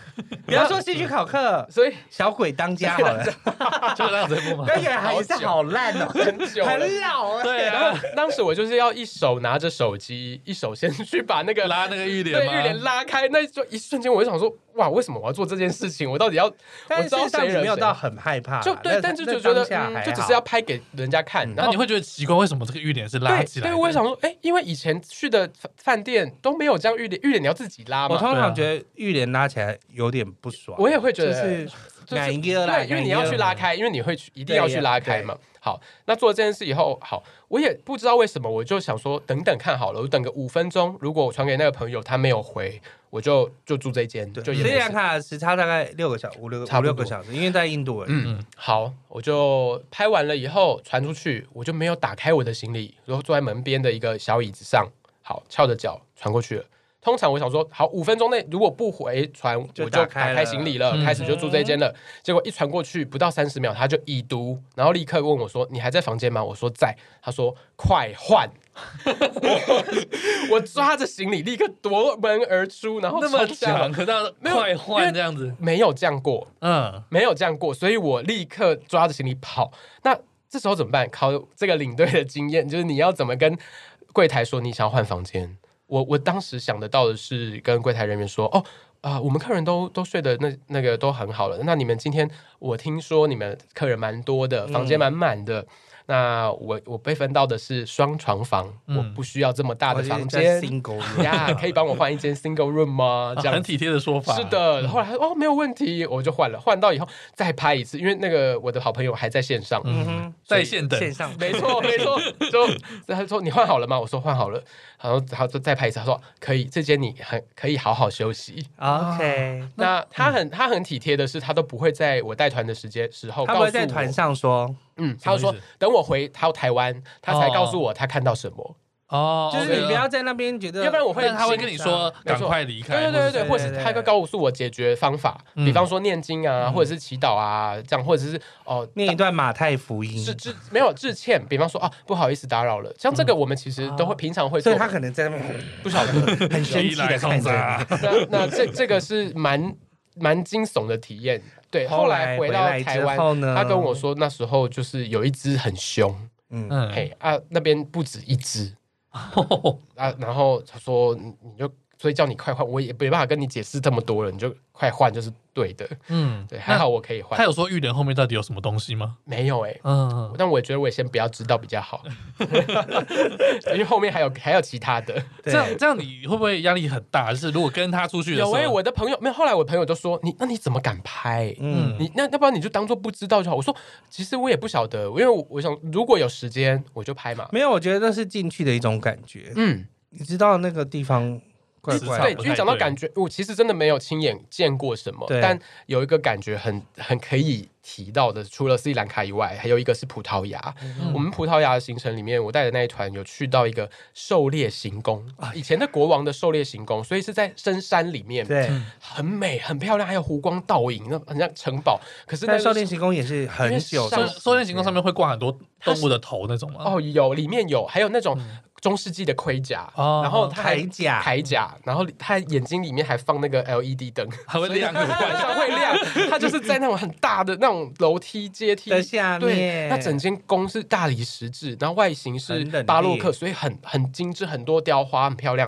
不要说戏剧考课，
所以
小鬼
(laughs)
当家好了，
(laughs) 就这样子不吗？
那个还是好烂哦，
很久了。
(laughs) 很老啊。
对
然
啊
后，当时我就是要一手拿着手机，一手先去把那个
啊 (laughs) 拉那个浴帘
对
吗
浴帘拉开，那就一瞬间我就想说，哇，为什么我要做这件事情？我到底要
但
我
是
知
事
道
实上
谁
你
惹
没有
谁
到很害怕啦，
就对，但是就觉得、嗯、就只是要拍给人家看，然
嗯那
后
你会觉得奇怪，为什么这个浴帘是拉起
对
来的？
对，我也想说，哎，因为以前去的饭饭店都没有这样浴帘，浴帘你要自己拉
我
嘛。
通
对啊
常觉得浴帘拉起来有点不爽，
我也会觉
就
得
是
就是
难捏啦，
对，因为你要去拉开，因为你会去，一定要去拉开嘛。好，那做这件事以后，好，我也不知道为什么，我就想说等等看好了，我等个五分钟，如果我传给那个朋友他没有回，我就就住这间，
对，
就也
虽
没
然
事。
看时差大概六个小五六个
差
五
不多
六个小时，因为在印度而已，
嗯，好，我就拍完了以后传出去，我就没有打开我的行李，然后坐在门边的一个小椅子上，好，翘着脚传过去了。通常我想说，好，五分钟内如果不回传，我
就
就
打
打
开
开
了
行李了，
嗯
开始就住这间了。结果一传过去不到三十秒，他就已读，然后立刻问我说：“你还在房间吗？”我说在。他说：“快换！” (laughs) 我我抓着行李立刻夺门而出，然后
那么
冲下楼
强，可到
没有
快换这样子，
没有这样过，
嗯，
没有这样过，所以我立刻抓着行李跑。那这时候怎么办？考这个领队的经验，就是你要怎么跟柜台说你想要换房间。我我当时想得到的是跟柜台人员说，哦啊、我们客人都都睡的那那个都很好了。那你们今天我听说你们客人蛮多
嗯
的，房间蛮满的。那我我被分到的是双床房，
嗯
我不需要这么大的
我就是
房 (laughs)
在啊
间
single room
呀可以帮我换一间 single room 吗？ (laughs) 这样
很
子
体贴的说法。
是，
嗯
的，后来他说哦没有问题，我就换了，换到以后再拍一次，因为那个我的好朋友还在线上。
嗯哼，
在线等
线上
没
(laughs)
错，没错，就他说你换好了吗？我说换好了，然后他就再拍一次，他说可以，这间你很可以好好休息。
哦，OK，
那他很他很体贴的是，他都不会在我带团的时间时候
他
告
不
诉我
会，在团上说，
嗯，
什
他
么
就
意思
说等我回到台湾，他才
哦
告诉我他看到什么，
哦，
就是你
OK
不要在那边觉得，
哦啊
啊
要不然我
但他会
紧
跟你说
没
赶
错
快离开，
对对对对，
或
或
者是
者
对对嗯
他会告诉我解决方法，
嗯
比方说念经啊，或者是祈祷啊，这样，或者是哦
念一段马太福音，
致致没有致歉，比方说啊，不好意思打扰了，像这个我们其实都会平常会
嗯所
做
以，他可能在那边
不晓得。
(laughs) 很生气的看着
(laughs)
你。
那那这这个是蛮蛮惊悚的体验。对，后来回
回
到
来
台
之
湾，
后呢，
他跟我，说那时候就是有一只很凶，
嗯，
嗯，
嘿啊，那边不止一只啊，然后他说你你就。所以叫你快换，我也没办法跟你解释这么多了，你就快换就是对的。
嗯，
对，还好我可以
那。
换
他。有说浴帘后面到底有什么东西吗？
没有哎、
嗯，
但我觉得我也先不要知道比较好，
(laughs)
(laughs) 因为后面还有还有其他的。
这
对
样这样你会不会压力很大？就是如果跟他出去的时
有
候，
哎、我的朋友没有。后来我朋友就说：“你那你怎么敢拍？
嗯，
你那要不然你就当做不知道就好。”我说：“其实我也不晓得，因为我我想如果有时间我就拍嘛。
没有，我觉得那是进去的一种感”觉，
嗯，
你知道那个地方怪怪
对，
的，
不
因
太
为讲到
对
感觉，我其实真的没有亲眼见过什么
对，
但有一个感觉很很可以提到的，除了斯里兰卡以外，还有一个是葡萄牙。
嗯
我们葡萄牙的行程里面，我带的那一团有去到一个狩猎行宫，以前的国王的狩猎行宫，所以是在深山里面，
对。
很美很漂亮，还有湖光倒影，那很像城堡。可是那
但
个
少年行宫也是很久
因
收
为
的
上
时间，
收件行动上面会挂很多动物的头那种吗？
哦，有里面有，还有那种中世纪的盔甲，
哦
然后它还
铠甲
铠甲，然后它眼睛里面还放那个 LED 灯，
还会亮很
晚
快，
上会亮。它就是在那种很大的那种楼梯阶梯
的下面
对，那整间宫是大理石质，然后外形
很
是
冷冽
巴洛克，所以很很精致，很多雕花，很漂亮。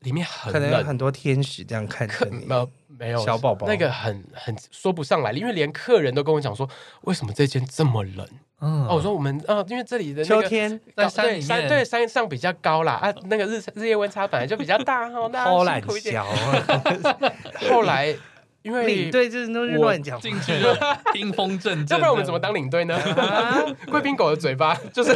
里面很
可能有
冷，
很多天使这样看着
客
你。
呃没有
小宝宝
那个很很说不上来，因为连客人都跟我讲说，为什么这间这么冷？
(laughs) 嗯
哦，我说我们啊、因为这里的、那
秋
个、
天
高
在山
对
里
山
面
对山上比较高啦啊，那个日日夜温差本来就比较大哈，大
(laughs)
家
偷懒
(laughs)
(laughs)
辛苦一点。
小，
后来因为
领队这都是乱讲
(laughs)
话，
进去就听风阵
要
阵，
不然我们怎么当领队
(laughs)
呢？ (laughs) 贵宾狗的嘴巴 (laughs) 就是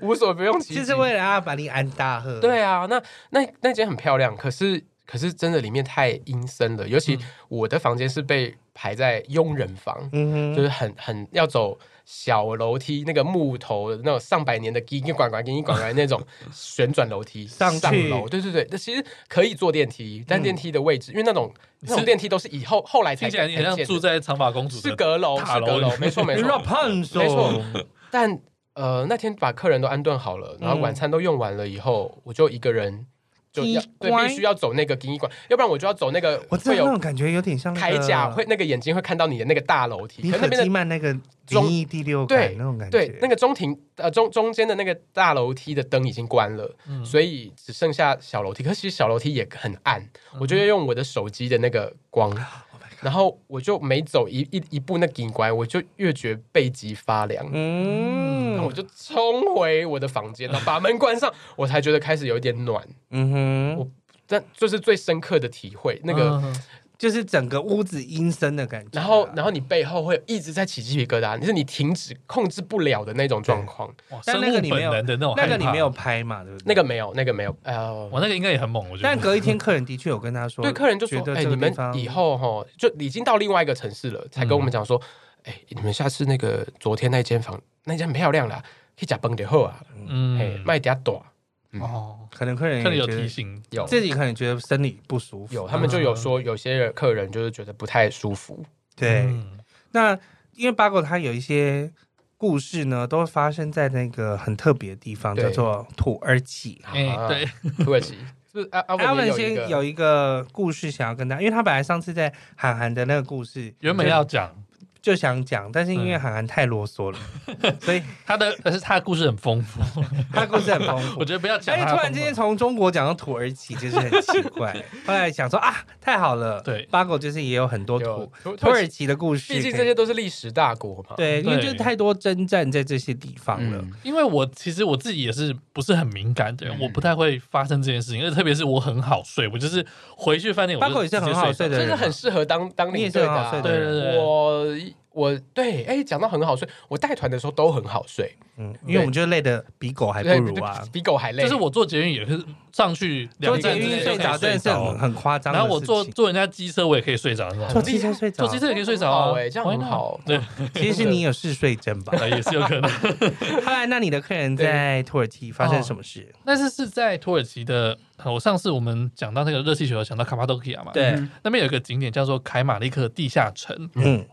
无所不用 (laughs)
(laughs)
其
(laughs)
极，
就是为了要把你安大喝。
对啊，那那那间很漂亮，可是可是真的里面太阴森了，尤其
嗯
我的房间是被排在佣人房，
嗯
就
哼，
是很很要走小楼梯，那个木头那种上百年的叽叽管管叽叽管管那
(laughs)
种旋转楼梯
上去
楼，对对对，那其实可以坐电梯，但
嗯
电梯的位置，因为那种那种电梯都是以后后来才
听起来你很
才
像
建的
住在长发公主
是
的
阁楼，
塔
是
楼
阁
里
楼，
面
没错没
(laughs)
你
错，
胖手
没错但呃，那天把客人都安顿好了，
嗯
然后晚餐都用完了以后，我就一个人就要
奇
对，
怪
必须要走那个殡仪馆，要不然我就要走那个
我
会
真的那
有
种感觉有点像那
铠
个
甲，会那个眼睛会看到你的那个大楼梯，
李
可是
可
那
基
边的
曼那个
中
灵异第六感
对
那种感觉，
对那个中庭呃中中间的那个大楼梯的灯已经关了，
嗯
所以只剩下小楼梯。可是其实小楼梯也很暗，
嗯
我就用我的手机的那个光。
，Oh
然后我就每走一一一步那景观，我就越觉背脊发凉。
嗯，
那我就冲回我的房间，然后把门关上，我才觉得开始有一点暖。
嗯哼，
但就是最深刻的体会，那个，
嗯
就是整个屋子阴森的感觉。啊
然后然后你背后会一直在起鸡皮疙瘩，就是你停止控制不了的那种状况。
哇
但
生
那个
物
你
本
没有
能的那种害
那
怕，
个你没有拍嘛，对不对？
那个没有，那个没有，呃。
我那个应该也很猛，我觉得。
但隔一天客人的确有跟他说，
对，客人就说
觉：“得
哎、
这个
你们
地方嗯
以后哈，就已经到另外一个城市了，才跟我们讲说，哎、你们下次那个昨天那间房，那间很漂亮啦，可以假崩点后啊，哎、
嗯，
卖点短，
哦，
可能客人
这里
也
有
嗯觉
提
得
醒，
有
自己可能觉得生理不舒服，
有，他们就
嗯
有说，有些人客人就是觉得不太舒服，
对。
嗯
那因为八狗它有一些故事呢，都发生在那个很特别的地方，
对
叫做土耳其。
啊
哎，对，
(laughs) 土耳其是不是阿阿
阿
文
文
也有一个
先有一个故事想要跟大家，因为他本来上次在韩寒的那个故事
原本要讲
就想讲，但是因为
嗯
韩寒太啰嗦了，所以
他的，可是他的故事很丰富，
他故事很丰
(laughs)
富
我。觉得不要讲
而且
他的丰
哎突
富。
然之间从中国讲到土耳其，就是很奇
(laughs)
怪。后来想说啊，太好了，
对
八狗就是也有很多
有
土
土
土耳其的故事可以，
毕竟这些都是历史大国嘛。
对，因啊
对
为就是太多征战在这些地方了。
嗯，
因为我其实我自己也是不是很敏感的人，
嗯
我不太会发生这件事情，而且特别是我很好睡，我就是回去饭店我
八
就
狗也是很好睡
的。
这
的人
是
嘛，
很适合当当
啊你也
领
是
队的
很好睡
啊。
的
对对对，
我我对，哎，讲到很好睡，我带团的时候都很好睡，
嗯，因为我们就累得比狗还不如啊
对，比比狗还累。
就是我做捷运也是上去两
坐
站
捷
之
运
内
睡
就可以
着真
睡
的是很
着，
很夸张的
然
事情。
后我坐坐人家机车我也可以睡着，那
(laughs)
种
坐机车睡着
坐，机车也可以睡着
好
啊
哎，这样
Why
很
not？
好。
对，
其实你有嗜睡症
(laughs)
吧？
呃也是有可
(laughs)
能。
后来，那你的客人在土耳其发生什么事？
但是是在土耳其的，呃我上次我们讲到那个热气球，讲到卡帕多基亚嘛，
对
嗯
那边有一个景点叫做凯马利克地下城，
嗯，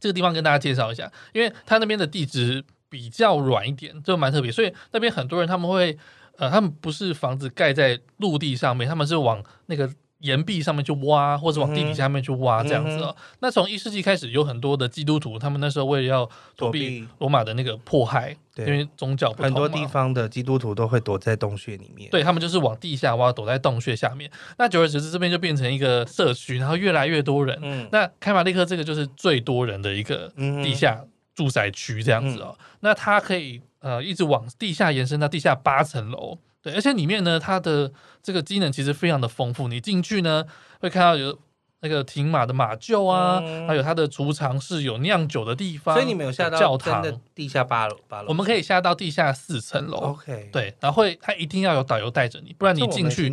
这个地方跟大家介绍一下，因为它那边的地质比较软一点，就蛮特别，所以那边很多人他们会，呃，他们不是房子盖在陆地上面，他们是往那个岩壁上面去挖，或者往地底下面去挖这样
嗯
子哦。那从一世纪开始，有很多的基督徒，他们那时候为了要躲
躲避
避罗马的那个迫害，因
嗯对
为宗教不
很多
同嘛啊
地方的基督徒都会躲在洞穴里面。
对他们就是往地下挖，躲在洞穴下面。那久而久之，这边就变成一个社区，然后越来越多人。
嗯，
那开马利克这个就是最多人的一个
嗯
地下住宅区这样子哦。那它可以呃一直往地下延伸到地下八层楼，对，而且里面呢，它的这个机能其实非常的丰富。你进去呢，会看到有那个停马的马厩啊，
嗯
还有它的储藏室有酿酒的地方，
所以你们有下到
教
真
堂，
的地下八楼八楼？
我们可以下到地下四层楼。
OK，，
对，然后会它一定要有导游带着你，不然你进去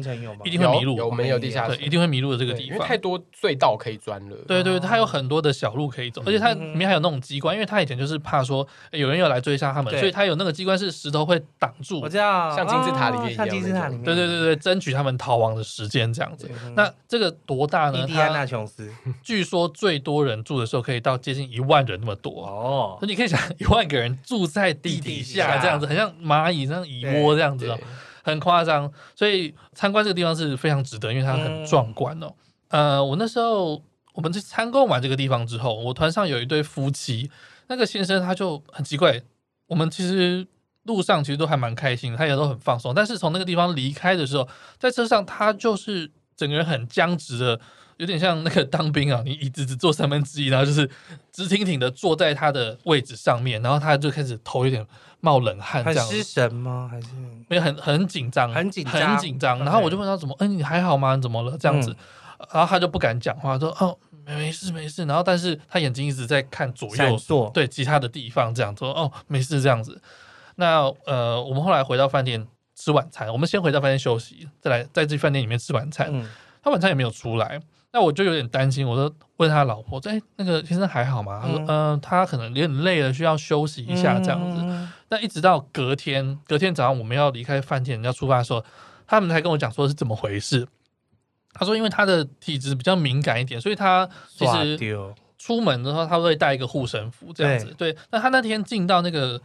一定会迷路
有有我们有地下
对
室，
一定会迷路的这个
对
地
因为
方
太。多隧道可以钻了。
对对，它有很多的小路可以走，而且
嗯
它里面还有那种机关，因为它以前就是怕说诶有人要来追杀他们，
对
所以它有那个机关是石头会挡住
我。知道，
像金字塔里面
哦
一样
像金字塔里面，
对对对对，争取他们逃亡的时间这样子。
嗯
那这个多大
印
呢？
第安纳
它
琼斯
据说最多人住的时候可以到接近一万人那么多，
哦
所以你可以想一万个人住在地
地底
底
下
下这样子，很像蚂蚁这样蚁
对
窝这样子
对
哦。很夸张，所以参观这个地方是非常值得，因为它很壮观哦。呃，我那时候我们去参观完这个地方之后，我团上有一对夫妻，那个先生他就很奇怪，我们其实路上其实都还蛮开心的，他也都很放松，但是从那个地方离开的时候，在车上他就是整个人很僵直的。有点像那个当兵啊，你椅子只坐三分之一，然后就是直挺挺的坐在他的位置上面，然后他就开始头有点冒冷汗，这
很
样子
失神吗？还是
没有很很紧张，
很紧张
哎很紧张。然后我就问他怎么，嗯、你还好吗？你怎么了？这样子，然后他就不敢讲话，说哦没没事没事，然后但是他眼睛一直在看左
闪
右
烁
对其他的地方，这样说哦没事这样子。那呃，我们后来回到饭店吃晚餐，我们先回到饭店休息，再来在这饭店里面吃晚餐。
嗯，
他晚餐也没有出来，那我就有点担心，我就问他老婆，哎、那个先生还好吗？他说，
嗯
嗯、他可能有点累了，需要休息一下这样子。
子，
那一直到隔天，隔天早上我们要离开饭店要出发的时候，他们才跟我讲说是怎么回事。他说，因为他的体质比较敏感一点，所以他其
刷
实
丢
出门的时候他会带一个护身符这样子。对，那他那天进到那个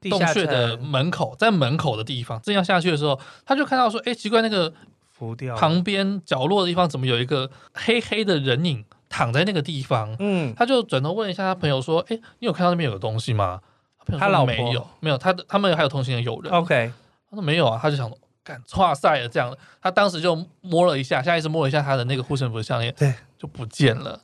地
洞
下
穴的
城
门口，在门口的地方，正要下去的时候，他就看到说，哎、奇怪，那个
浮掉了，
旁边角落的地方怎么有一个黑黑的人影躺在那个地方？
嗯，
他就转头问一下他朋友说：“哎、你有看到那边有个东西吗？”朋友说
他老婆哦
没有，没有，他的他们还有同行的友人。
OK，
他说没有啊，他就想干，哇塞了这样。他当时就摸了一下，下意识摸了一下他的那个护身符的项链，
对，
就不见了。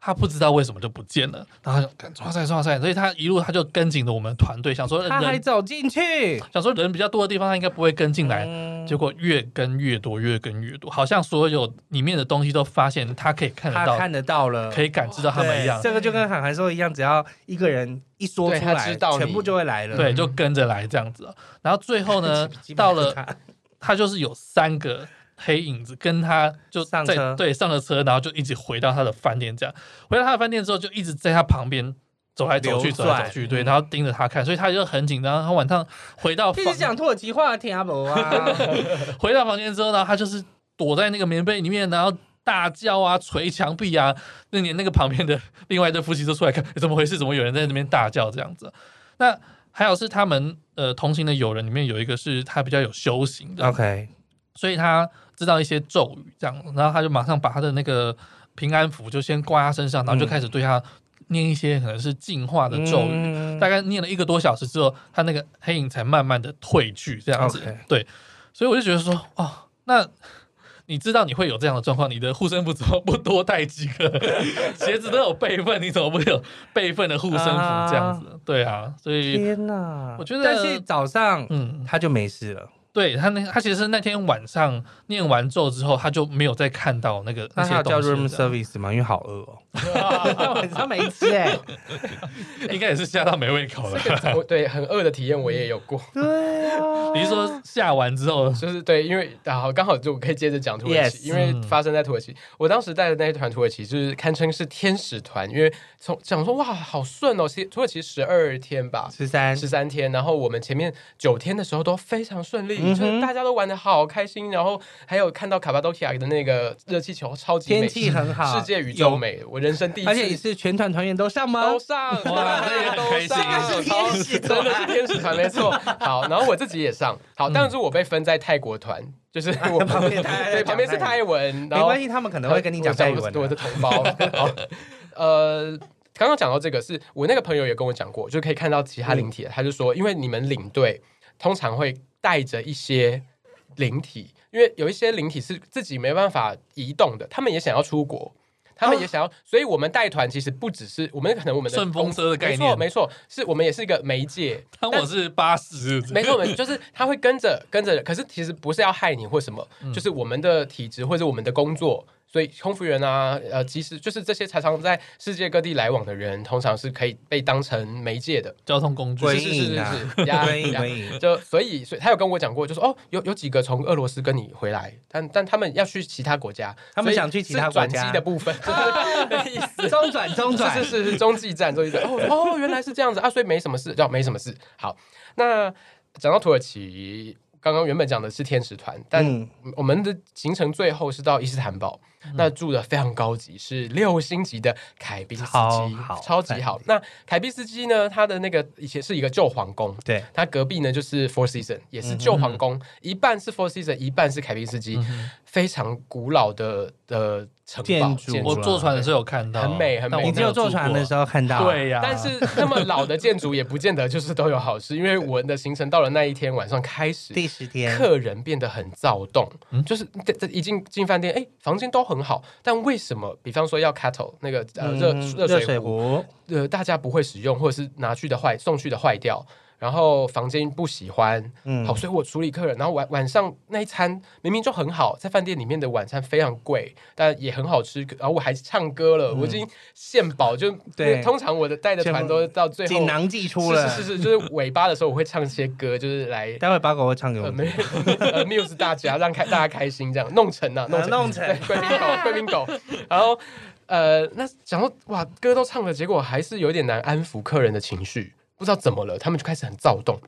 他不知道为什么就不见了，然后他就干，哇塞哇塞，所以他一路他就跟紧着我们团队，想说
他还
人
走进去，
想说人比较多的地方，他应该不会跟进来。
嗯
结果越跟越多，越跟越多，好像所有里面的东西都发现他可以看得
他
到，
看得到了，
可以感知到他们一样，
这个就跟韩寒说的一样，只要一个人一说
对
出
他
来，
知道你
全部就会来了。
对，就跟着来这样子哦。然后最后呢
(laughs) 基，本
到
上是
了
他，
他就是有三个黑影子跟他就
上
在
车
对上了车，然后就一起回到他的饭店，这样回到他的饭店之后，就一直在他旁边走来走去，
流
走来
转嗯
走去，对，然后盯着他看，所以他就很紧张。他晚上回到
(laughs) 就
房
是讲土耳其话，听阿伯啊，
回到房间之后呢，他就是躲在那个棉被里面，然后大叫啊、捶墙壁啊。那年那个旁边的另外一对夫妻都出来看， (laughs) 诶怎么回事？怎么有人在那边大叫这样子？那还有是他们呃同行的友人里面有一个是他比较有修行的
(laughs) OK，
所以他知道一些咒语这样，然后他就马上把他的那个平安符就先挂他身上，然后就开始对他念一些可能是净化的咒语。
语
大概念了一个多小时之后，他那个黑影才慢慢的退去，这样子。
OK
对，所以我就觉得说，哦，那你知道你会有这样的状况，你的护身符怎么不多带几个？ (laughs) 鞋子都有备份，你怎么不有备份的护身符这样子？对啊，所以
天哪，
我觉得
但是早上
嗯，
他就没事了，
对他那他其实那天晚上念完咒之后，他就没有再看到那个那
那他
些
有叫
东
room
西了，
service 吗？因为好饿哦， (laughs) 他晚上没吃哎，
应该也是吓到没胃口了。
啊
(laughs) 我对很饿的体验我也有过，
对啊，
你是说吓完之后
就是对，因为啊好刚好就我可以接着讲土耳
Yes 嗯
其，因为发生在土耳其，我当时带的那一团土耳其就是堪称是天使团，因为从想说哇好顺哦，其实土耳其十二天吧，
十三
十三天，然后我们前面九天的时候都非常顺利，
嗯哼
就是大家都玩的好开心，然后还有看到卡巴多奇亚的那个热气球超级美，
天气很好，
世界宇宙美，我人生第一次，
而且你是全团团员都上吗
都？上，
哇
大家都
这也很开
上，
心
超
这个是天使
哦真的是天
团嗯
使团，没错。好，然后我自己也上，好，当时我被分在泰国团，就是我
(laughs) 旁边泰
对，旁边是泰文，
没
然后
关系，他们可能会跟你讲
我
泰文
我的
啊。
同
(laughs)
胞。好呃，刚刚讲到这个是，我那个朋友也跟我讲过，就可以看到其他灵体的，他就说，因为你们领队通常会带着一些灵体，因为有一些灵体是自己没办法移动的，他们也想要出
(laughs)
国。他们也想要，所以我们带团其实不只是我们可能我们的
顺风车的概念
没错没错，是我们也是一个媒介，
当我是八十，
没错，没错，就是他会跟着跟着，可是其实不是要害你或什么，
嗯
就是我们的体质或者我们的工作，所以空服员啊，呃，其实就是这些常常在世界各地来往的人，通常是可以被当成媒介的，
交通工具
归
是是是是
隐啊
是呀
归隐
呀
归隐
就所以所以他有跟我讲过，就是哦，有有几个从俄罗斯跟你回来，但但他们要去其他国家，
他们
所以
想去其他
是
国
转
家
机的部
(laughs)
分， (laughs) 就是的意思。
中转中转
是是是是中继站，中继站。哦哦，原来是这样子啊，所以没什么事，叫没什么事。好，那讲到土耳其，刚刚原本讲的是天使团，但
嗯
我们的行程最后是到伊斯坦堡，那住的非常高级，是六星级的凯宾斯
超
基
好，
超级好。那凯宾斯基呢，它的那个以前是一个旧皇宫，
对，
它隔壁呢就是 Four Season，也是旧皇
嗯
宫，一半是 Four Season，一半是凯宾斯基，非常古老的的城堡
建筑
我坐船的时候有看到，
很美很美
但我
你
你
只
只
没
有
有
坐船的时候看
住
到，啊
过，，对
(laughs) 啊
呀，
但是那么老的建筑也不见得就是都有好事，因为我的行程到了那一天晚上开始，
第十天
客人变得很躁动，
嗯
就是这这一进进饭店，哎，房间都很好，但为什么，比方说要 kettle 那个呃
嗯
热
热
热水壶，
壶，
呃大家不会使用，或者是拿去的坏送去的坏掉，然后房间不喜欢，
嗯
好，所以我处理客人，然后晚晚上那一餐明明就很好，在饭店里面的晚餐非常贵，但也很好吃，然后我还唱歌了，我已经献宝，就
嗯 (laughs) 对
通常我的带的团都是到最后
锦囊寄出了。
是是是是，就是尾巴的时候我会唱些歌，就是来
待会八狗会唱给我
呃，
们
没呃 amuse 大家，让开大家开心，这样弄成啊，弄
啊
成
弄成
对贵宾狗，贵宾狗。然后呃，那想说哇，歌都唱了，结果还是有点难安抚客人的情绪，不知道怎么了，他们就开始很躁动。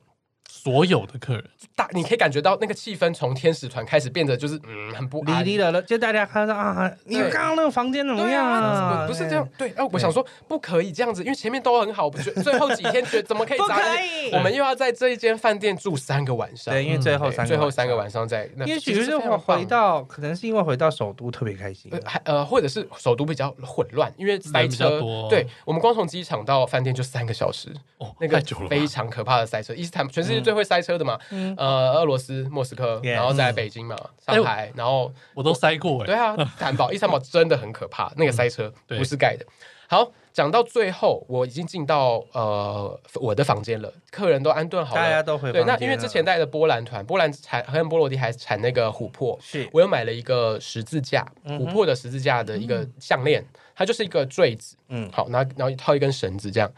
所有的客人，
大，你可以感觉到那个气氛从天使团开始变得就是嗯很不
离
安。
离了了，就大家看到啊，你
对
刚刚那个房间怎么
对
样
啊，不是这样，对，哎，我想说不可以这样子，因为前面都很好，我觉得最后几天觉得怎么可以
(laughs) 不
砸
可
那？
以
我们又要在这一间饭店住三个晚上，
对，因为最后
对
三个
最后三个
晚上
晚上在，那
也
其
许
实
是
非
我
常棒
回到，可能是因为回到首都特别开心
呃，，还呃，或者是首都比较混乱，因为塞
嗯人比较
车。
多
对我们光从机场到饭店就三个小时，
哦，
那个
太久了吧，嗯
非常可怕的塞车。伊斯坦全世界最会塞车的嘛，呃，俄罗斯莫斯科，
Yeah
然后在北京嘛，
哎
上海，然后
我都塞
欸
过
对
哎，
啊，
(laughs)
坦堡伊斯坦堡真的很可怕，
嗯
那个塞车
对
不是盖的。好，讲到最后，我已经进到呃我的房间了，客人都安顿好
大家
了。
都回
对，
房间
那
了。
因为之前带的波兰团，波兰产和波罗的海产那个琥珀，
是嗯
我又买了一个十字架，琥珀的十字架的一个项链，它就是一个坠子，
嗯
嗯，好，然后然后套一根绳子这样，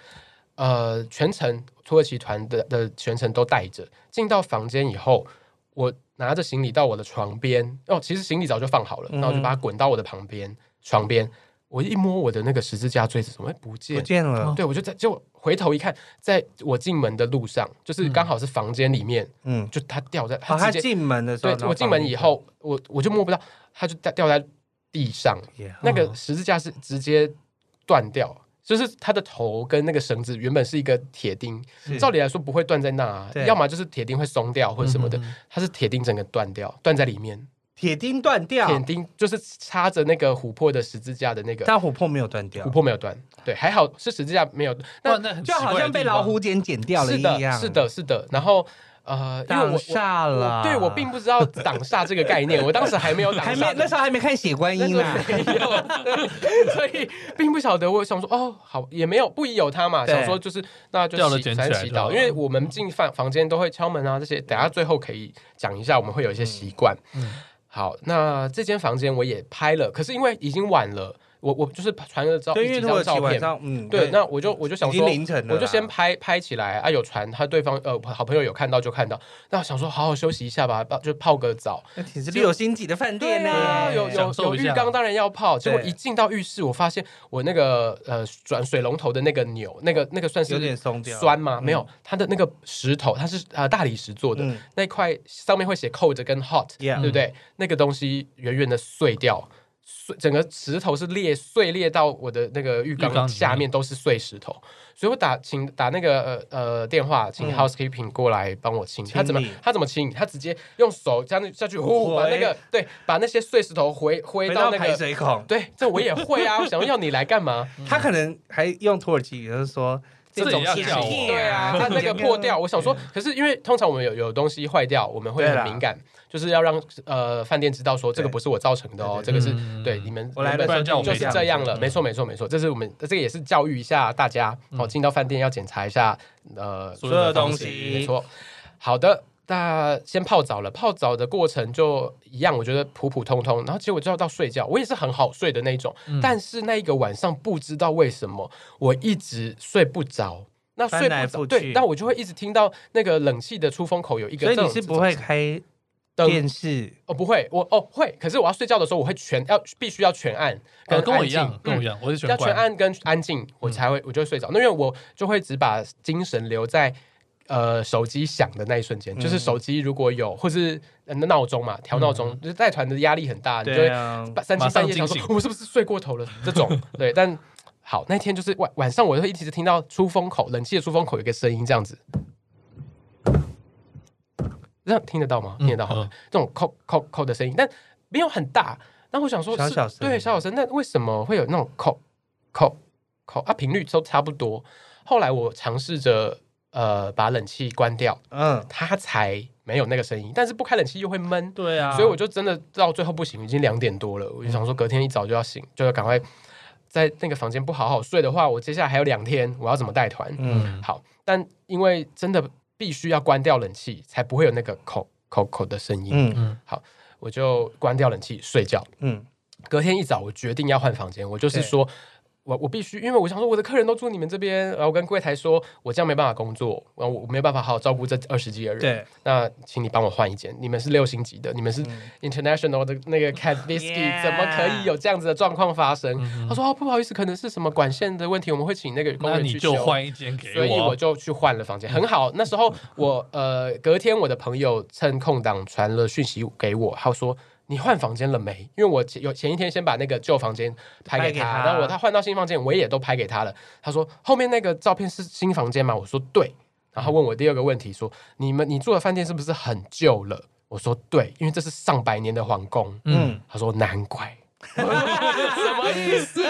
呃，全程土耳其团的的全程都带着。进到房间以后，我拿着行李到我的床边，哦，其实行李早就放好了，
嗯
然后我就把它滚到我的旁边床边，我一摸我的那个十字架坠子，怎么会不
不
见？
见了，
对，我就在就回头一看，在我进门的路上，就是刚好是房间里面，
嗯，
就它掉在
好，
它
他
直接
进门的时候，
对，我进门以，后，我我就摸不到，它就掉掉在地上。那
嗯
个十字架是直接断掉，就是它的头跟那个绳子原本是一个铁钉，照理来说不会断在那、啊
对，
要么就是铁钉会松掉或者什么的，
嗯嗯嗯
它是铁钉整个断掉，断在里面。
铁钉断掉，
铁钉就是插着那个琥珀的十字架的那个，
但琥珀没有断掉
琥，珀没有断，对，还好是十字架没有，
哇那很
就好像被
哦
老虎剪剪掉了
是
一
的，
样，
是，的，是的。然后呃，因为
挡
我我
煞了，
我对我并不知道挡煞这个概念，我当时还没有挡煞，
还没那时候还没看血观
那
音啊
个
啦，
没有，对啊 (laughs) 所以并不晓得。我想说，哦，好，也没有不疑有他嘛。
对
想说就是，那就
掉了
祈
捡起
反正
来
祈
就好
祷，因为我们进饭房间都会敲门啊，这些等下最后可以讲一下，我们会有一些习惯。
嗯
好，那这间房间我也拍了，可是因为已经晚了，我我就是传了照
对，因
几
为土耳
张
其
照
晚
片。
上，嗯，
对，那我就我就想
已
说
经，凌晨了啦，
我就先拍拍起来啊，有传他对方呃好朋友有看到就看到，那我想说好好休息一下吧，就泡个澡，
那挺是六星级的饭店
啊，
呢，
有有
享受
有
一
浴
下
缸当然要泡。结果
对
一进到浴室，我发现我那个呃转水龙头的那个钮，那个那个算
有点
是
松掉，
酸吗？
嗯
没有，它的那个石头，它是呃大理石做的，
嗯
那块上面会写 cold 跟 hot，、
，yeah，
对不对？那个东西远远的碎掉。碎整个石头是裂碎裂到我的那个浴
浴缸
缸
里面
下面都是碎石头，所以我打请打那个呃呃电话，请
嗯
housekeeping 过来帮我清。他怎么
清理
他怎么清？他直接用手这样下去，呼
回
把那个对把那些碎石头回回
回
到
到
那
排
个
水孔，
对，这我也会啊，我想要你来干嘛？
他可能还用土耳其语，就是说
这
种
也要
骗
叫我
骗
对啊，它那个破掉，我想说，可是因为通常我们有有东西坏掉，我们会
对啦
很敏感，就是要让呃饭店知道说这个不是我造成的哦，这
对
个是
嗯
对你们
我来了
原
不然
本
叫我
就
没
是
讲
这样了，没错没错没错，这是我们这个也是教育一下大家，好，进到饭店要检查一下呃
所有的
东西
没错。好的，那先泡澡了。泡澡的过程就一样，我觉得普普通通。然后结果就要到睡觉，我也是很好睡的那种，但是那一个晚上不知道为什么我一直睡不着。那睡
翻来
不
覆
着，
去
对，但我就会一直听到那个冷气的出风口有一个
所
这
以
种，
你是不会开
灯
电视，
哦，不会，我哦会，可是我要睡觉的时候，我会全要必须要全
哦
暗，
呃
跟
跟我
安
一
静嗯
样，跟我一样，我是全
要全
关。
暗跟安静，我才
嗯
会、我就会睡着。那因为我就会只把精神留在呃手机响的那一瞬间，
嗯
就是手机如果有或是呃闹钟嘛，调闹钟，就是带团的压力很大，你就
对
会
啊，
半三更半夜想
马上惊
说我是不是睡过头了 (laughs) 这种，对，但。好，那天就是晚晚上，我会一直听到出风口冷气的出风口有一个声音，这样子，这样听得到吗？听得到，好
嗯
这种扣扣扣的声音，但没有很大。那我想说
小
是，
小声
对小小声，那为什么会有那种扣扣扣啊？频率都差不多。后来我尝试着呃把冷气关掉，
嗯，
它才没有那个声音，但是不开冷气又会闷，
对啊
所以我就真的到最后不行，已经两点多了，我就想说隔天一早就要醒，就要赶快在那个房间不好好睡的话，我接下来还有两天，我要怎么带团？
嗯
好，但因为真的必须要关掉冷气，才不会有那个口口口的声音。
嗯
嗯
我就关掉冷气睡觉。
嗯
隔天一早，我决定要换房间。我就是
对
说，我我必须，因为我想说我的客人都住你们这边，然后我跟柜台说，我这样没办法工作，然后我我没办法好好照顾这二十几个人。
对，
那请你帮我换一间。你们是六星级的，你们
嗯
是 international 的那个 cat whisky，
Yeah
怎么可以有这样子的状况发生？
嗯
他说哦，不好意思，可能是什么管线的问题，我们会请那个工
那
人
你
去
就
修。
换一间给
所以我
我，
就去换了房间，很好。那时候我呃，隔天我的朋友趁空档传了讯息给我，他说你换房间了没？因为我前有前一天先把那个旧房间拍给他，
拍给他
然后我他换到新房间，我也都拍给他了。他说后面那个照片是新房间吗？我说对。然后他问我第二个问题说，你们你住的饭店是不是很旧了？我说对，因为这是上百年的皇宫。
嗯，
他说难怪。我说什么意思？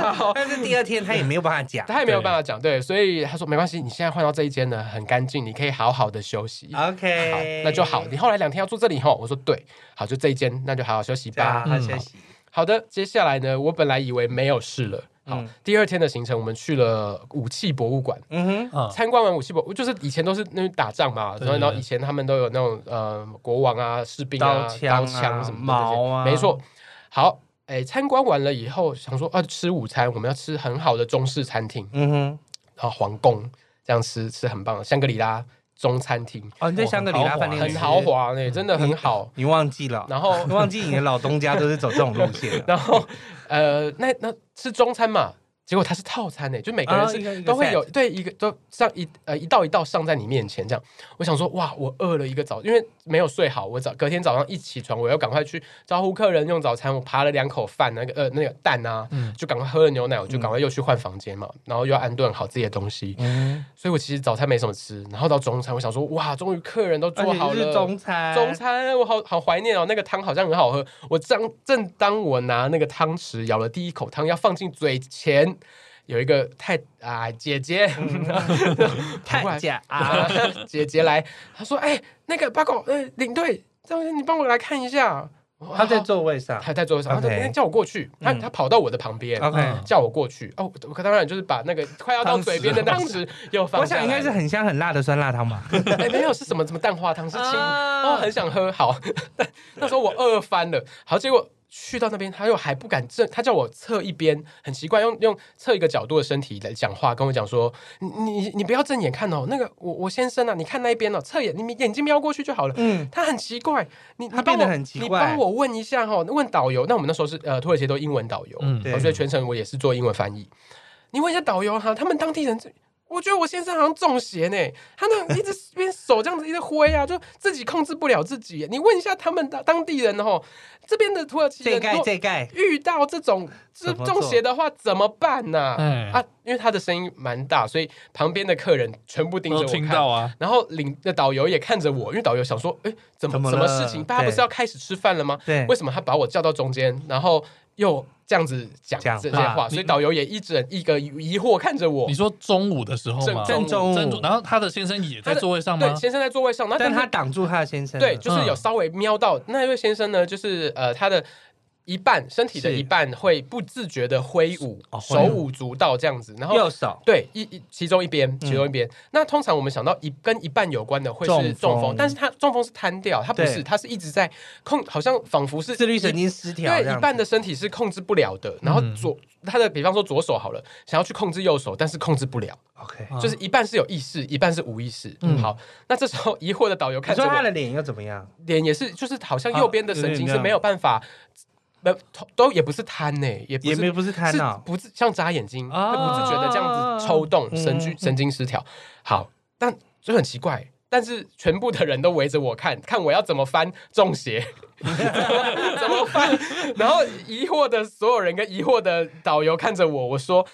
好，
但是第二天他也没有办法讲。
他也没有办法讲，对，所以他说没关系，你现在换到这一间呢，很干净，你可以好好的休息。 (laughs) 好
OK，，
那就好。你后来两天要住这里吼，我说对，好，就这一间，那就好好休息
这样
吧。
好好
嗯
休息。
好的，接下来呢，我本来以为没有事了。好，
嗯
第二天的行程，我们去了武器博物馆，
嗯哼，
啊，
参观完武器博，就是以前都是那种打仗嘛，
对
然后然
对
后
对
以前他们都有那种呃国王啊、士兵啊、
刀枪啊
刀枪什么的这些
矛啊
没错。好，哎，参观完了以后，想说啊，吃午餐，我们要吃很好的中式餐厅。
嗯哼，
然后皇宫这样吃吃很棒，香格里拉中餐厅
哦，你在香格里拉饭店
很
吃
豪，华
嗯
呢、真的很好。
你忘记了？
然后
(laughs) 你忘记你的老东家都是走这种路线
(laughs)
了。
然后呃，那那吃中餐嘛，结果它是套餐呢、就每个人
啊一个
是
一个
都会
set
有、对一个都上一呃一道一道上在你面前这样。我想说哇，我饿了一个早，因为没有睡好，我早隔天早上一起床，我要赶快去招呼客人用早餐，我扒了两口饭那个呃那个蛋啊，
嗯
就赶快喝了牛奶，我就赶快又去换房间嘛，然后又要安顿好自己的东西。
嗯，
所以我其实早餐没什么吃，然后到中餐，我想说，哇，终于客人都
而
做好
且
了。
是中餐，
中餐我好好怀念哦，那个汤好像很好喝。我正正当我拿那个汤匙舀了第一口汤要放进嘴前，有一个太啊姐姐， (laughs) 跑过
嗯太
来
假啊
啊！姐姐来，她说：“哎、那个八狗，呃，领队，张先生你帮我来看一下。”哦
他在座位上
他在桌上，他说
OK
哎叫我过去，他
嗯
他跑到我的旁边，
，OK。
叫我过去。哦，我当然就是把那个快要到
汤匙
嘴边的汤匙又放
我
下来。
想应该是很香很辣的酸辣汤吧。
哎，没有，是什么什么蛋花汤，是清，
啊
哦，很想喝，好，但那时候我饿翻了，好，结果去到那边，他又还不敢正，他叫我侧一边，很奇怪，用用侧一个角度的身体来讲话，跟我讲说，你你你不要正眼看哦，那个我我先生啊，你看那一边哦，侧眼，你眼睛瞄过去就好了。
嗯，
他很奇怪，你
他
你帮
变得
我
很奇
你
怪
帮我问一下哈、哦，问导游，那我们那时候是呃土耳其都英文导游，
嗯，
对
哦所以全程我也是做英文翻译。你问一下导游哈，他们当地人这，我觉得我先生好像中邪呢，他那一直一边手这样子一直挥啊，就自己控制不了自己。你问一下他们当当地人哦，这边的土耳其
这
人
盖
如果
这盖，
遇到这种这
怎么做
中邪的话怎么办呢、啊？
哎，
因为他的声音蛮大，所以旁边的客人全部盯着
都
我看
听。到啊，
然后领的导游也看着我，因为导游想说，哎，怎么
怎么
什么
了
事情？大家
对
不是要开始吃饭了吗？
对
为，什么他把我叫到中间，然后又这样子讲
讲
这些
话
话？
你
所以导游也一直很一个疑惑看着我
你。说中午的时候吗？
正
中午
正中，然后他的先生也在座位上
对，
吗？
先生在座位上，那
但他挡住他的先生了。
对，就是有稍微瞄到那位先生呢，就是呃他的。一半身体的
是
一半会不自觉的挥舞，
哦
手
挥舞
舞足蹈这样子，然后
右手，
对，一一其中一边，其中一边。那通常我们想到一跟一半有关的会是
嗯中
中风，
风
但是它中风是瘫掉，它不
对
是，它是一直在控，好像仿佛是
自律
一
神经失调这样
对，
子，
一半的身体是控制不了的。然后
嗯
左、他的，比方说左手好了，想要去控制右手，但是控制不了，
OK。
啊
就是一半是有意识，一半是无意识。
嗯
好，那这时候疑惑的导游
(laughs) 你
看着
说他
我
的脸啊又怎么样？
脸也是，就是好像右边的神经是没有办法，没都也不是瘫呢、也不
也
是
没不是他
是
脑，
不自像眨眼睛，
啊
会不自觉的这样子抽动，
嗯
神经
嗯
神经失调。好，但就很奇怪，但是全部的人都围着我看，看我要怎么翻中邪， (laughs) 怎么翻。然后疑惑的所有人跟疑惑的导游看着我，我说：“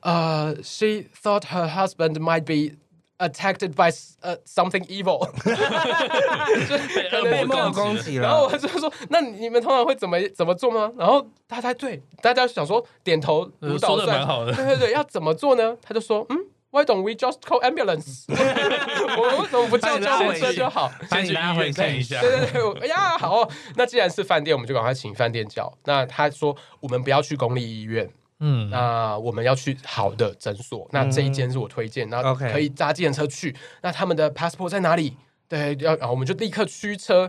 呃、s h e thought her husband might be。” Attacked by 呃、something evil，就是可能
被
被
是
恶魔攻
梦攻
击
击了。
然后我就说：“ (laughs) 那你们通常会怎么怎么做吗？”然后大家对大家想说点头
呃
如捣
说的
蒜
蛮，
(laughs)
好的，
对对对，要怎么做呢？他就说：“嗯，Why don't we just call
(laughs)
ambulance？我们为什么不叫救护车就好？”
把你拉回
先去医院看一
去，
下
对，对对，我哎呀，好哦、那既然是饭店，我们就赶快请饭店叫。那他说我们不要去公立医院，
嗯，
那我们要去好的诊所，那这一间是我推荐，那
嗯 OK
可以搭计程车去。那他们的 passport 在哪里？对，要啊，我们就立刻驱车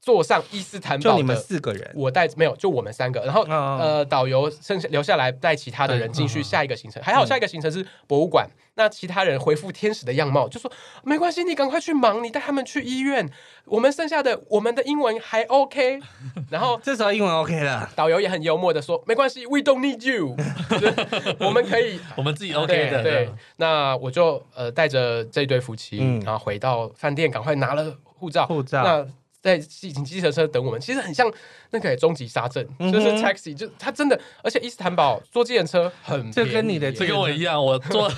坐上伊斯坦
(laughs) 就
堡
你们
的。
四个人，
我带没有，就我们三个，然后、
嗯嗯嗯
呃，导游剩下留下来带其他的人
嗯
进去下一个行程。还好下一个行程是博物馆，那其他人恢复天使的样貌，就说没关系，你赶快去忙，你带他们去医院。我们剩下的我们的英文还
(laughs)
OK，然后
这时候英文 OK 了。
导游也很幽默的说：“没关系，We don't need you，就是我们可
(laughs)
以。
我们自己 OK 的，
对对，那我就呃带着这对夫妻，
嗯
然后回到饭店，赶快拿了护照。
护照
那在计请计程车等我们，其实很像那个欸终极杀阵，
嗯哼
就是 taxi，就他真的，而且伊斯坦堡坐计程车很
这
便宜
跟你的
这跟我一样，我坐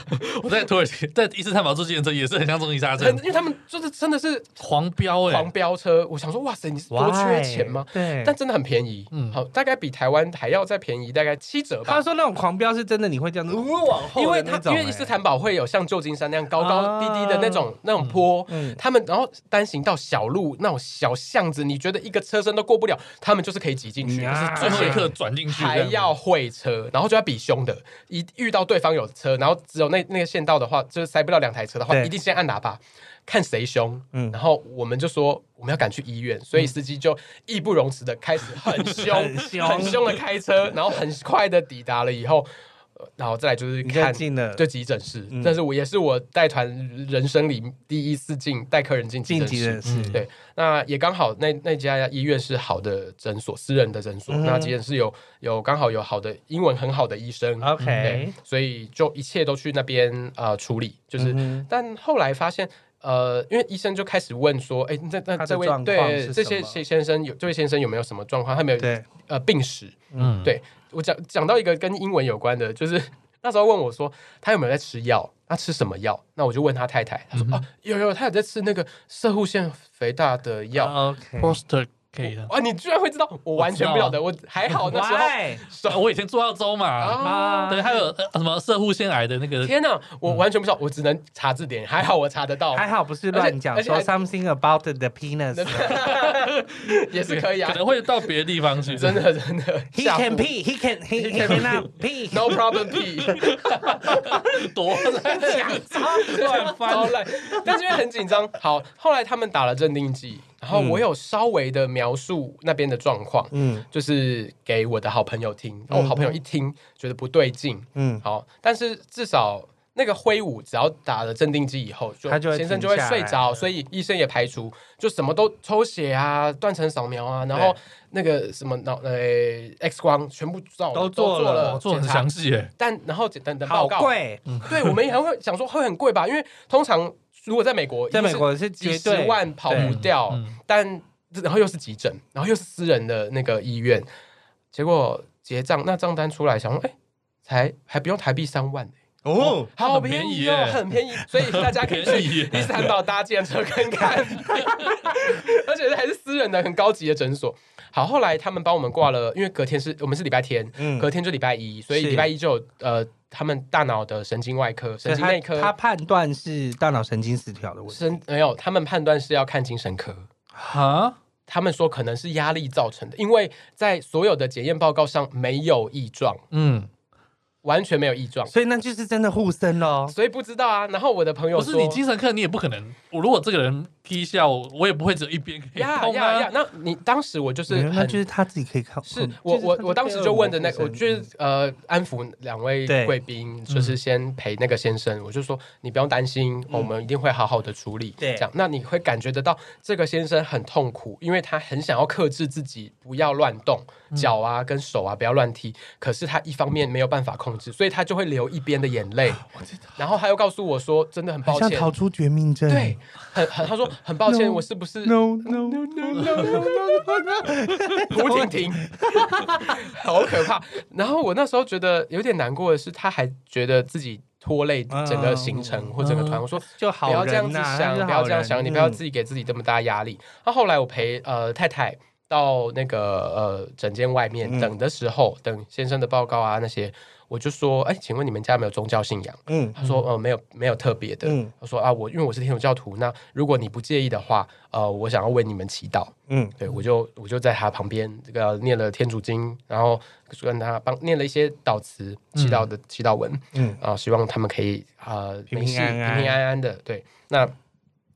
我在土耳其在伊斯坦堡坐自行车也是很像终极杀
很，
阵，
因为他们就是真的是
狂飙哎、
狂飙车，我想说哇塞，你是多缺钱吗
Why？？对，
但真的很便宜，
嗯
好，大概比台湾还要再便宜大概七折吧。
他说那种狂飙是真的，你会这样子呜往后
因为
的
它
那
因
种，欸
为伊斯坦堡会有像旧金山那样高高
啊
低低的那种、那种坡，
(laughs) 嗯
他们然后单行道、小路那种小巷子，你觉得一个车身都过不了，他们就是可以挤进去，
嗯啊
可
最
是
后一
这些
刻转进去这样，
还要会车，然后就要比凶的，一遇到对方有车，然后只有那那个县道的话，就是塞不了两台车的话，
对
一定先按喇叭。看谁凶，
嗯
然后我们就说我们要赶去医院，所以司机就义不容辞的开始很凶、
(laughs) 很凶
很凶的开车，然后很快的抵达了以后，呃然后再来就是
你就
看
进了
就急诊室，
嗯
但是我也是我带团人生里第一次进带客人进急
晋
诊
级
室，
人士
嗯，
对，那也刚好那那家医院是好的诊所，私人的诊所，
嗯哼
那急诊室有有刚好有好的英文很好的医生嗯
OK
对，所以就一切都去那边呃处理，就是，
嗯哼
但后来发现。呃，因为医生就开始问说，哎、那那
他的
这位
状况
对
是
这
什
些
么
先先生有这位先生有没有什么状况？他有没有
对，
呃病史？
嗯
对我讲讲到一个跟英文有关的，就是 (laughs) 那时候问我说他有没有在吃药，他吃什么药？那我就问他太太，他
嗯
说、哦有有，他有在吃那个射护腺肥大的药。
OK。
poster 啊可以的。
啊，你居然会知道，我完全不晓得，我
啊
还好那时
(laughs)
候
Why？
手。
我以前做澳洲嘛，
啊！
对，还有嗯呃什么射护腺癌的那个，
天哪，我完全不知道，我只能查字典，还好我查得到，
还好不是
而
乱
且
讲
而且
说
还
something about the
(laughs)
penis。
也是可以啊
可，能会到别的地方去。
真的真的
He
吓唬
can pee, he can, he he cannot pee。
，no problem
(laughs)
P，
多 (laughs) 烂乱
超
翻，
烂，但是因为很紧张，好，后来他们打了镇定剂，然后我有稍微的描述那边的状况，
嗯
就是给我的好朋友听，然后我好朋友一听觉得不对劲，
嗯，
好，但是至少那个挥舞，只要打了镇定剂以后，就
他就会
先生就会
停下来
睡着，所以医生也排除，就什么都抽血啊、断层扫描啊，然后
对
那个什么脑呃 X 光全部照
都
做
做了
哦做得很
检查
详
(laughs)
细哎，
但然后简单的
好
报告，
贵，
对我们也还会想说会很贵吧，因为通常如果在美国，
在
一定
美
是
国是
几
绝
十
对
万跑不
对
掉，
嗯嗯
但然后又是急诊，然后又是私人的那个医院，结果结账那账单出来，想说哎，才还不用台币三万、
哦。
好
很
便
便宜
宜
耶
哦，很便宜，所以大家
(laughs)
可以
很
去
便宜耶
伊斯坦堡搭建车看看， (laughs) 而且还是私人的，很高级的诊所。好，后来他们帮我们挂了，因为隔天是我们是礼拜天，
嗯
隔天就礼拜一，所以
是
礼拜一就有呃，他们大脑的神经外科、神经内
所以他他
科。
判断是大脑神经失调的问题。
神没有，他们判断是要看精神科。
哈，
他们说可能是压力造成的，因为在所有的检验报告上没有异状，
嗯，
完全没有异状，
所以那就是真的护身喽。
所以不知道啊。然后我的朋友
不
说，
是你精神科，你也不可能。我如果这个人踢笑，我也不会只有一 (laughs) 边可以
呀
痛
呀
啊
呀！。那你当时我就是
嗯没有那
很
就是他自己可以看。
是
嗯
我
就是
我
他
我当时就问的那个，我就是
嗯
是呃安抚两位
对嗯
贵宾，就是先陪那个先生，我就说你不用担心，我们一定会好好的处理。
对
这样那你会感觉得到这个先生很痛苦，因为他很想要克制自己不要乱动
嗯
脚啊跟手啊不要乱踢，可是他一方面没有办法控制，所以他就会流一边的眼泪。然后他又告诉我说，真的很
很
抱
像
歉。
逃出绝命镇。
对，很很，他说很抱歉，
No
我是不是
，no no no (laughs) no no no，
胡婷婷， (laughs) 好可怕。然后我那时候觉得有点难过的是，他还觉得自己拖累整个行程或整个团。我说
就
不
嗯好
要这样
人
子
呐、他
想，
就是
不要
好
这样
人
想，你不要
嗯
自己给自己这么大压力。那后来我陪呃太太。到那个呃诊间外面
嗯
等的时候，等先生的报告啊那些，我就说，哎，请问你们家有没有宗教信仰？
嗯
他说，呃，没有，没有特别的。
嗯
他说啊，我因为我是天主教徒，那如果你不介意的话，呃，我想要为你们祈祷。
嗯
对我就我就在他旁边这个念了天主经，然后跟他帮念了一些祷词、祈祷的祈祷文，
嗯
啊、希望他们可以啊、呃、
平
没事
平安安
平平安安的。对，那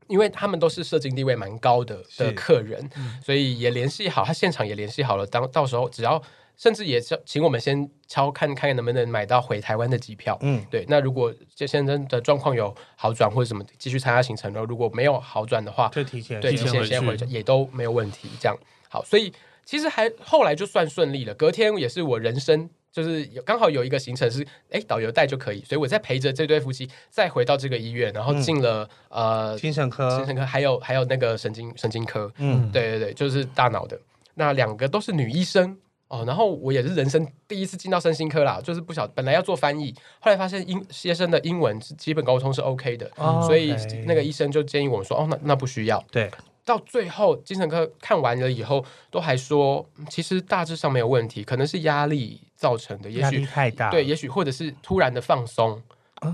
因为他们都是社经地位蛮高的的
是嗯
客人，所以也联系好，他现场也联系好了，当到时候只要甚至也是请我们先敲看看能不能买到回台湾的机票。
嗯
对，那如果这先生的状况有好转或者什么，继续参加行程然后如果没有好转的话，
就提前
对，
提
提
前
前
回
先
去
回家也都没有问题。这样好，所以其实还后来就算顺利了。隔天也是我人生就是有刚好有一个行程是，哎，导游带就可以，所以我再陪着这对夫妻再回到这个医院，然
嗯
后进了、呃
精神科
精，神科，还有还有那个神经神经科，
嗯
对对对，就是大脑的。那两个都是女医生哦，然后我也是人生第一次进到身心科啦，就是不晓本来要做翻译，后来发现英先生的英文是基本沟通是 OK 的，
哦
所以
OK
那个医生就建议我们说，哦，那那不需要。
对，
到最后精神科看完了以后，都还说嗯其实大致上没有问题，可能是压力造成的，也
压力
许
太大，啊
对，也许或者是突然的放松，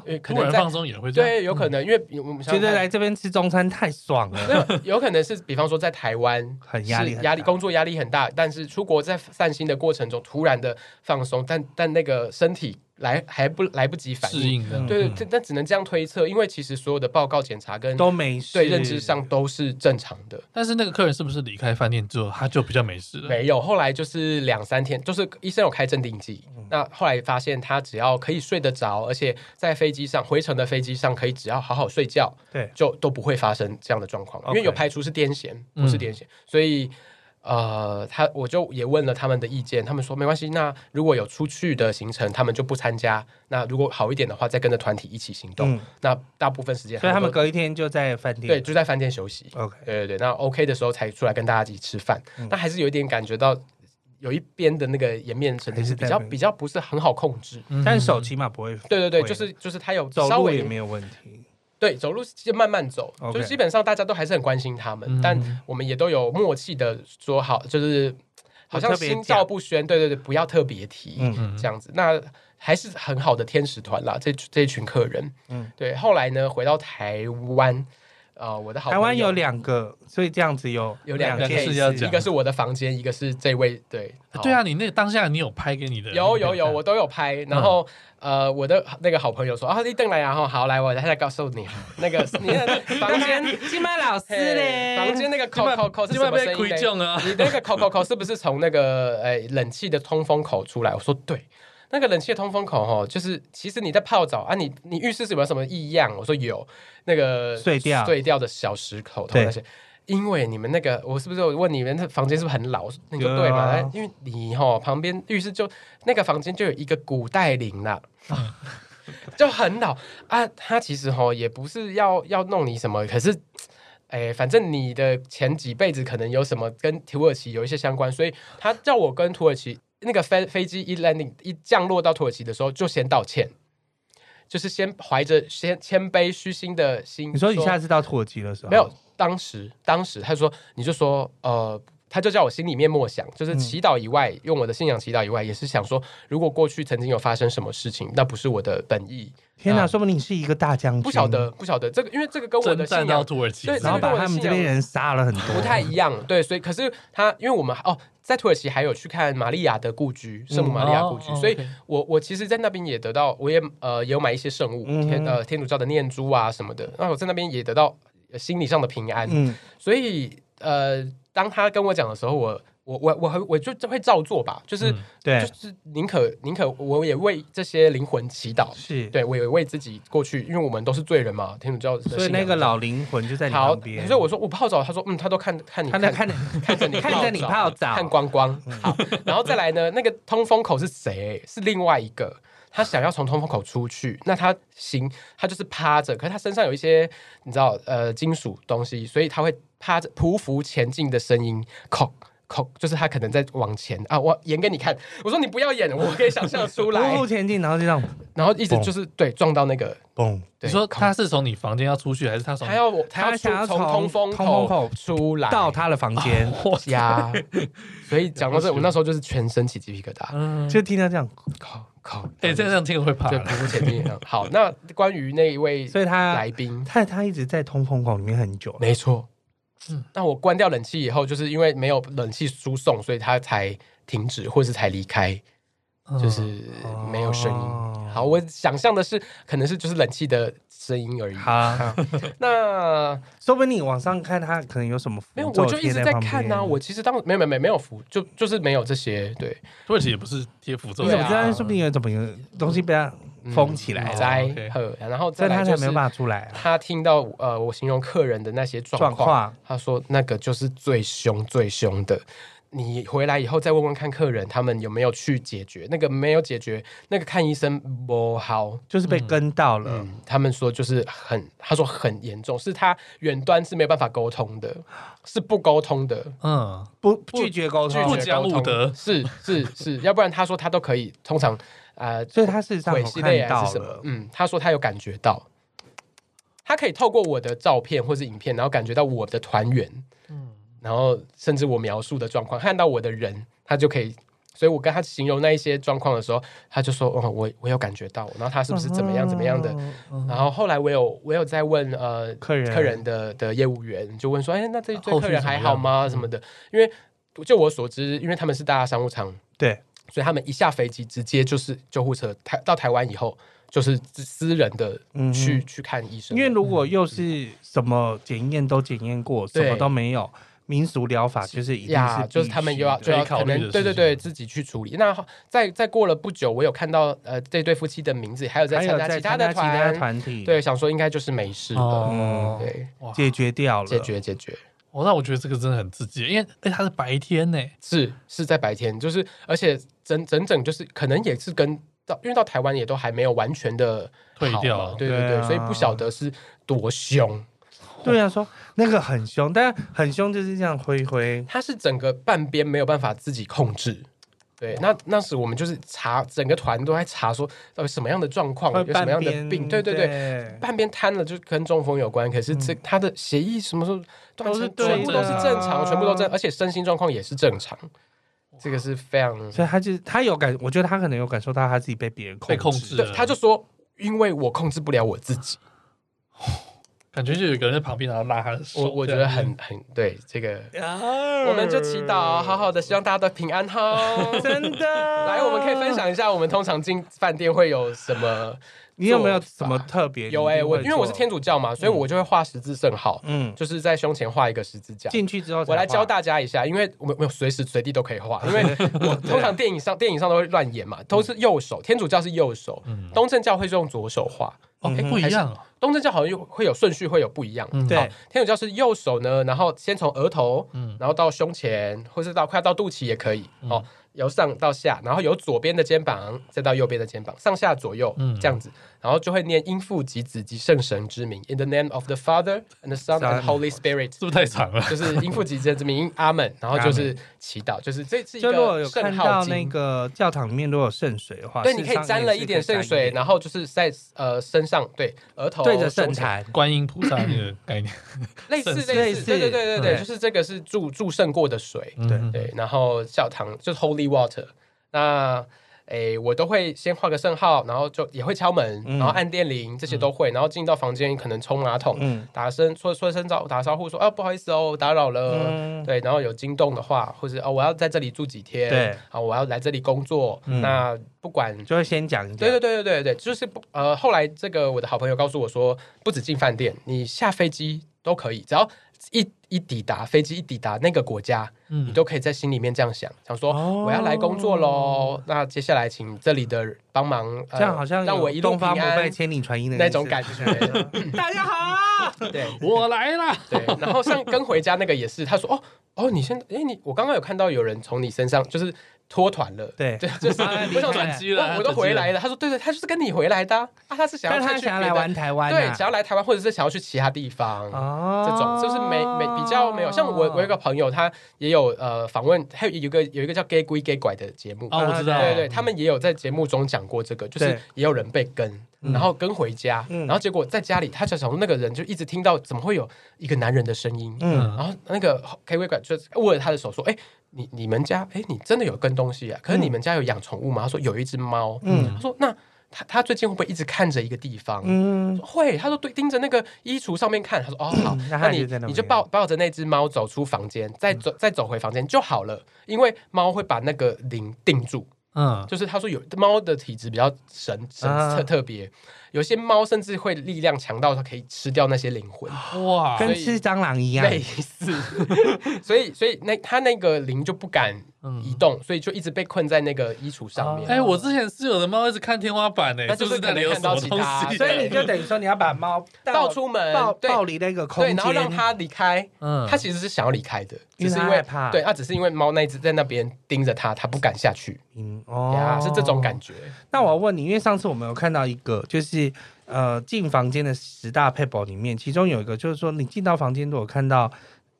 因为可
突
能
然
在
放松也会这样。
对有可能，因为我们想
觉
想
得
看
来这边吃中餐太爽了，
那有可能是，比方说在台湾
(laughs) 很压力
是
很
压力
大
工作压力很大，但是出国在散心的过程中突然的放松，但但那个身体来还不来不及反
适
应，
应的，
对对，这但只能这样推测，因为其实所有的报告检查跟
嗯都没事，
对认知上都是正常的，
但是那个客人是不是离开饭店之后，他就比较没事了？
没有。后来就是两三天，就是医生有开镇定剂，
嗯
那后来发现他只要可以睡得着，而且在飞机上回程的飞机上可以只要好好睡觉，
对，
就都不会发生这样的状况，因为
OK
有排除是癫痫，不是癫痫，所以呃，他我就也问了他们的意见，他们说没关系，那如果有出去的行程，他们就不参加，那如果好一点的话，再跟着团体一起行动。
嗯
那大部分时间
所以他们
都
隔一天就在饭店，
对就在饭店休息，
，OK，嗯
对对对，那 OK 的时候才出来跟大家一起吃饭，但还是有一点感觉到。有一边的那个颜面神经是比
还是
较
在那
比较不是很好控制，
嗯
但手起码不会，
对对对，
会
就是就是他有
走
稍
路
微
也没有问题，
对，走路就慢慢走
OK
就是基本上大家都还是很关心他们，
嗯
但我们也都有默契的说好，就是好像
特别
心
讲
照不宣，对对对，不要特别提、
嗯
嗯
这样子。那还是很好的天使团啦，这这一群客人，
嗯
对。后来呢，回到台湾，呃，我的好朋
台
友
湾有两个，所以这样子有
有两
个
件
是
事
要
一
讲
个是我的房间，一个是这位，对，好
对啊，啊你那个当下你有拍给你的？
有有有，我都有拍。然后、
嗯
呃，我的那个好朋友说啊，你等来啊，吼好来，我现在告诉你，那个你的房间
(laughs) 金麦老师
嘿
嘞，
房间那个
今
扣
晚
扣扣是
今
什
晚
么声
被
音
亏
呢？
中啊！
你那个扣扣扣是不是从那个呃冷气的通风口出来？我说对，那个冷气的通风口哦，就是其实你在泡澡啊，你你浴室是有没有什么异样？我说有，那个
碎掉
碎掉的小石口头
对
那些。因为你们那个，我是不是有问你们那房间是不是很老？你说
对啊
对嘛？哎因为你吼旁边浴室就那个房间就有一个古代铃
(laughs)
啦，就很老啊。他其实吼也不是要要弄你什么，可是哎，反正你的前几辈子可能有什么跟土耳其有一些相关，所以他叫我跟土耳其那个飞飞机一 landing 一降落到土耳其的时候，就先道歉，就是先怀着先谦卑虚心的心。
你说你下次到土耳其的时候
没有？当时当时他说你就说呃。他就叫我心里面默想，就是祈祷以外，用我的信仰祈祷以外，也是想说，如果过去曾经有发生什么事情，那不是我的本意，
天哪，
啊
说不定你是一个大将军，
不晓，得，不晓得这个，因为这个跟我
征
的
战
信
到
仰
土耳其，
对
然后
这个跟
把
我的
他们
信
这
仰
边人杀了很多，
不太一样，对，所以可是他，因为我们哦，在土耳其还有去看玛利亚的故居，圣母玛
嗯
利亚故居，
哦哦
所以
OK
我我其实，在那边也得到，我也呃也有买一些圣物，
嗯
天呃天主教的念珠啊什么的，那我在那边也得到呃心理上的平安，
嗯，
所以呃，当他跟我讲的时候，我我我我还我就就会照做吧，就是、
嗯
对
就，是宁可宁可我也为这些灵魂祈祷，
是，
对我也为自己过去，因为我们都是罪人嘛，天主教的信仰
所以那个老灵魂就在你
好，
旁边，
所以我说我泡澡，他说嗯，他都看看你，
他在看你，
看着你
看着你泡澡
看光光。好，然后再来呢，那个通风口是谁？是另外一个，他想要从通风口出去，那他行，他就是趴着，可是他身上有一些你知道呃金属东西，所以他会趴着匍匐前进的声音，口。口就是他可能在往前啊，我演给你看。我说你不要演，我可以想象出
(laughs)
来
匍。匐前进，然后就这样，
然后一直就是对撞到那个，
嘣，
对
你说
口
他是从你房间要出去，还是他从
他要我他
他想要
要从
从
通风
通风
口
口
出来
到他的房
(laughs)
间，
家，所以讲到这，我那时候就是全身起鸡皮疙瘩，
嗯
就听到这样，
靠靠，
哎，这样听了会怕
对
了。
屏幕前面一样。好，那关于那一位
啊所以他
来宾，
他他一直在通风口里面很久，
没错
嗯。
那我关掉冷气以后，就是因为没有冷气输送，所以他才停止，或是才离开，就是没有声音。
嗯哦
好，我想象的是，可能是就是冷气的声音而已。(laughs)
好啊，
那
说不定你往上看他可能有什么符
没有，
咒
我就一
贴
直在
旁
看呐、
边
我其实当没有没有没有没有符，就就是没有这些。对，
土耳其也不是贴符咒
你
的
对
怎
啊
么知道？说不定有怎么有东西被他
嗯
封起来了，
哦
来
，OK
呵，然后
所
再
以他
来
才
就
没
是
有办法出来啊。
他听到呃我形容客人的那些状
状
况，
况
他说那个就是最凶最凶的。你回来以后再问问看客人他们有没有去解决，那个没有解决，那个看医生不好。
就是被跟到了，
嗯，他们说就是很，他说很严重，是他远端是没有办法沟通的，是不沟通的，
嗯，
不拒绝沟
拒
通，
不
绝
讲
沟
武
通
德
是是是，要不然他说他都可以，通常呃，
所以他事实上
鬼
有
系列
看
还
到
是什么
了？，
嗯，他说他有感觉到，他可以透过我的照片或是影片，然后感觉到我的团员，嗯
嗯，
然后甚至我描述的状况，看到我的人，他就可以。所以我跟他形容那一些状况的时候，他就说：“哦，我我有感觉到，然后他是不是怎么样怎么样的？”
哦嗯
然后后来我有我有在问呃
客人啊
客人的的业务员，就问说：“哎，那这对
后续
客人
怎么
还
样
好
嗯
吗？什么的？”因为就我所知，因为他们是大商务舱，
对，
所以他们一下飞机直接就是救护车，台到台湾以后就是私私人的
嗯哼
去、去看医生，
因为如果又是什么检验都检验过，什
对
么都没有，民俗疗法就是一定是必须
呀，
的
就是他们又要就
可以
要
考
可
虑的
能
事
对对
情
对自己去处理。那再再过了不久，我有看到呃这对夫妻的名字，还有在
还
参
有
加
在
其他
参
的
加其他
团，
团体，
对，，嗯想说应该就是没事了，
哦，
对，
哇，
解决掉了，
解决解决。
哦，那我觉得这个真的很刺激，因为哎，它是白天呢，
是是在白天，就是而且整整整就是可能也是跟到，因为到台湾也都还没有完全的
退掉了
对对对，
对啊
所以不晓得是多凶。哦
对啊，说那个很凶，但很凶就是这样挥一挥，
它是整个半边没有办法自己控制。对，那那时我们就是查整个团都在查说到底什么样的状况，
会
哦有什么样的
半边
病，对对对。
对，
半边瘫了，就跟中风有关。可是这他的协议什么时候断层
都是
全部
对
都
的
是
啊
正常，全部都正，而且身心状况也是正常。这个是非常
所以他就他有感，我觉得他可能有感受到他自己被别人控
被控
制
制
对，
了，
他就说，因为我控制不了我自己，
啊
感觉就有一个人在旁边，然后拉他的手，
我我觉得很很对这个，
啊
我们就祈祷好好的，希望大家都平安
(laughs)
哈。
真的
来，我们可以分。享一下，我们通常进饭店会有什么？
你有没有什么特别？
有
你一
哎、
定
我
会
因为我是
做
天，主教嘛，所以我就会画十字圣号，
嗯，
就是在胸前画一个十字架。
进去之后才
我来教
画，嗯
大家一下，因为我们我有随时随地都可以画，因为我通常电影
(laughs)
上电影上都会乱演嘛，都是右手，天主教是右手，
嗯
东正教会是用左手画，
哦，哎
嗯
不一样哦，
东正教好像又会有顺序，会有不一样。
嗯
对
好，天主教是右手呢，然后先从额头，
嗯
然后到胸前，或是到快要到肚脐也可以。
嗯
哦，由上到下，然后由左边的肩膀，再到右边的肩膀，上下左右、
嗯
这样子，然后就会念因父及子及圣神之名，In the name of the Father and the Son and the Holy
(laughs)
Spirit。
是不是太长了？
就是因父及子之名，阿门。然后就是祈祷，就是这是一
就如果
个
有
圣
看
号
到
经。
那个教堂里面如果有圣水的话，
对，
事
你可
实
以
上
沾
也
了
是
一点
可以沾
圣
一
水，
点
然后就是在呃身上，对额头
对着圣
胸前
坛，
观音菩萨那个概念，
类似
类似
类似，对对对对对，
对
就是这个是注注圣过的水，
对
嗯，
对，然后教堂就是 Holy Water，那诶我都会先画个圣号，然后就也会敲门，
嗯
然后按电铃这些都会，然后进到房间可能冲马桶，
嗯
打声说说声招打招呼说啊不好意思哦打扰了。
嗯，
对，然后有惊动的话，或者哦，我要在这里住几天，
对，
啊，我要来这里工作，
嗯
那不管
就会先讲一讲，
对对对对对对，就是不呃，后来这个我的好朋友告诉我说，不止进饭店，你下飞机都可以，只要一一抵达飞机一抵达那个国家，
嗯
你都可以在心里面这样想，想说、
哦
我要来工作喽，那接下来请这里的帮忙，呃、
这样好像
让
有
我一路
东
平
方不败
安。
千里传音的
那种
意思
感 (laughs) 觉
大家好，
对
我来啦，
对，然后像跟回家那个也是，他说哦哦，你先哎你我刚刚有看到有人从你身上就是脱团了，
对
对，就是
啊
我想说
转机了
我我都
转机
回
了
来了，他说对对，他就是跟你回来的啊，啊他是想要
但他
再去
想要
别
来
的
玩台湾啊，
对，想要来台湾或者是想要去其他地方。
哦
这种就是没没比较没有，像我我有一个朋友，他也有呃访问，还有一个有一个叫 “gay 归 gay 拐”的节目，
哦，我知道，
对对，他们也有在节目中讲过这个，就是
嗯对
也有人被跟，
嗯
然后跟回家，
嗯
然后结果在家里，他就从那个人就一直听到怎么会有一个男人的声音，
嗯
然后那个 K 归拐就握着他的手说：“哎，你你们家，哎，你真的有跟东西啊？可是你们家有养宠物吗？他说有一只猫。
嗯
他说那他他最近会不会一直看着一个地方？
嗯
说会，他说对，盯着那个衣橱上面看。他说哦好，
嗯那
那
他
你
就在那
你
边
就抱抱着那只猫走出房间，再
嗯
走再走回房间就好了，因为猫会把那个铃定住。
嗯，
就是他说有猫的体质比较神神
啊
特特别，有些猫甚至会力量强到它可以吃掉那些灵魂，
哇，
跟
所以
吃蟑螂一样，
类似。 (laughs) 所以所以那它那个灵就不敢
嗯
移动，所以就一直被困在那个衣橱
哦
上面。
哎，我之前室友的猫一直看天花板呢，
那
是
就
不
是
是那
可
里
能
有什
看到
么
其
东
他
西？
所以你就等于说你要把猫
到出门
抱
对
抱离那个空
对，
间，
然后让它离开。
嗯，
它其实是想要离开的，
因
只
为
是
它
因
害
为
怕
对，它啊只是因为猫那一只在那边盯着它，它不敢下去
嗯哦
呀，是这种感觉。
那我要问你，因为上次我们有看到一个，就是呃进房间的十大配宝里面，其中有一个就是说，你进到房间如果看到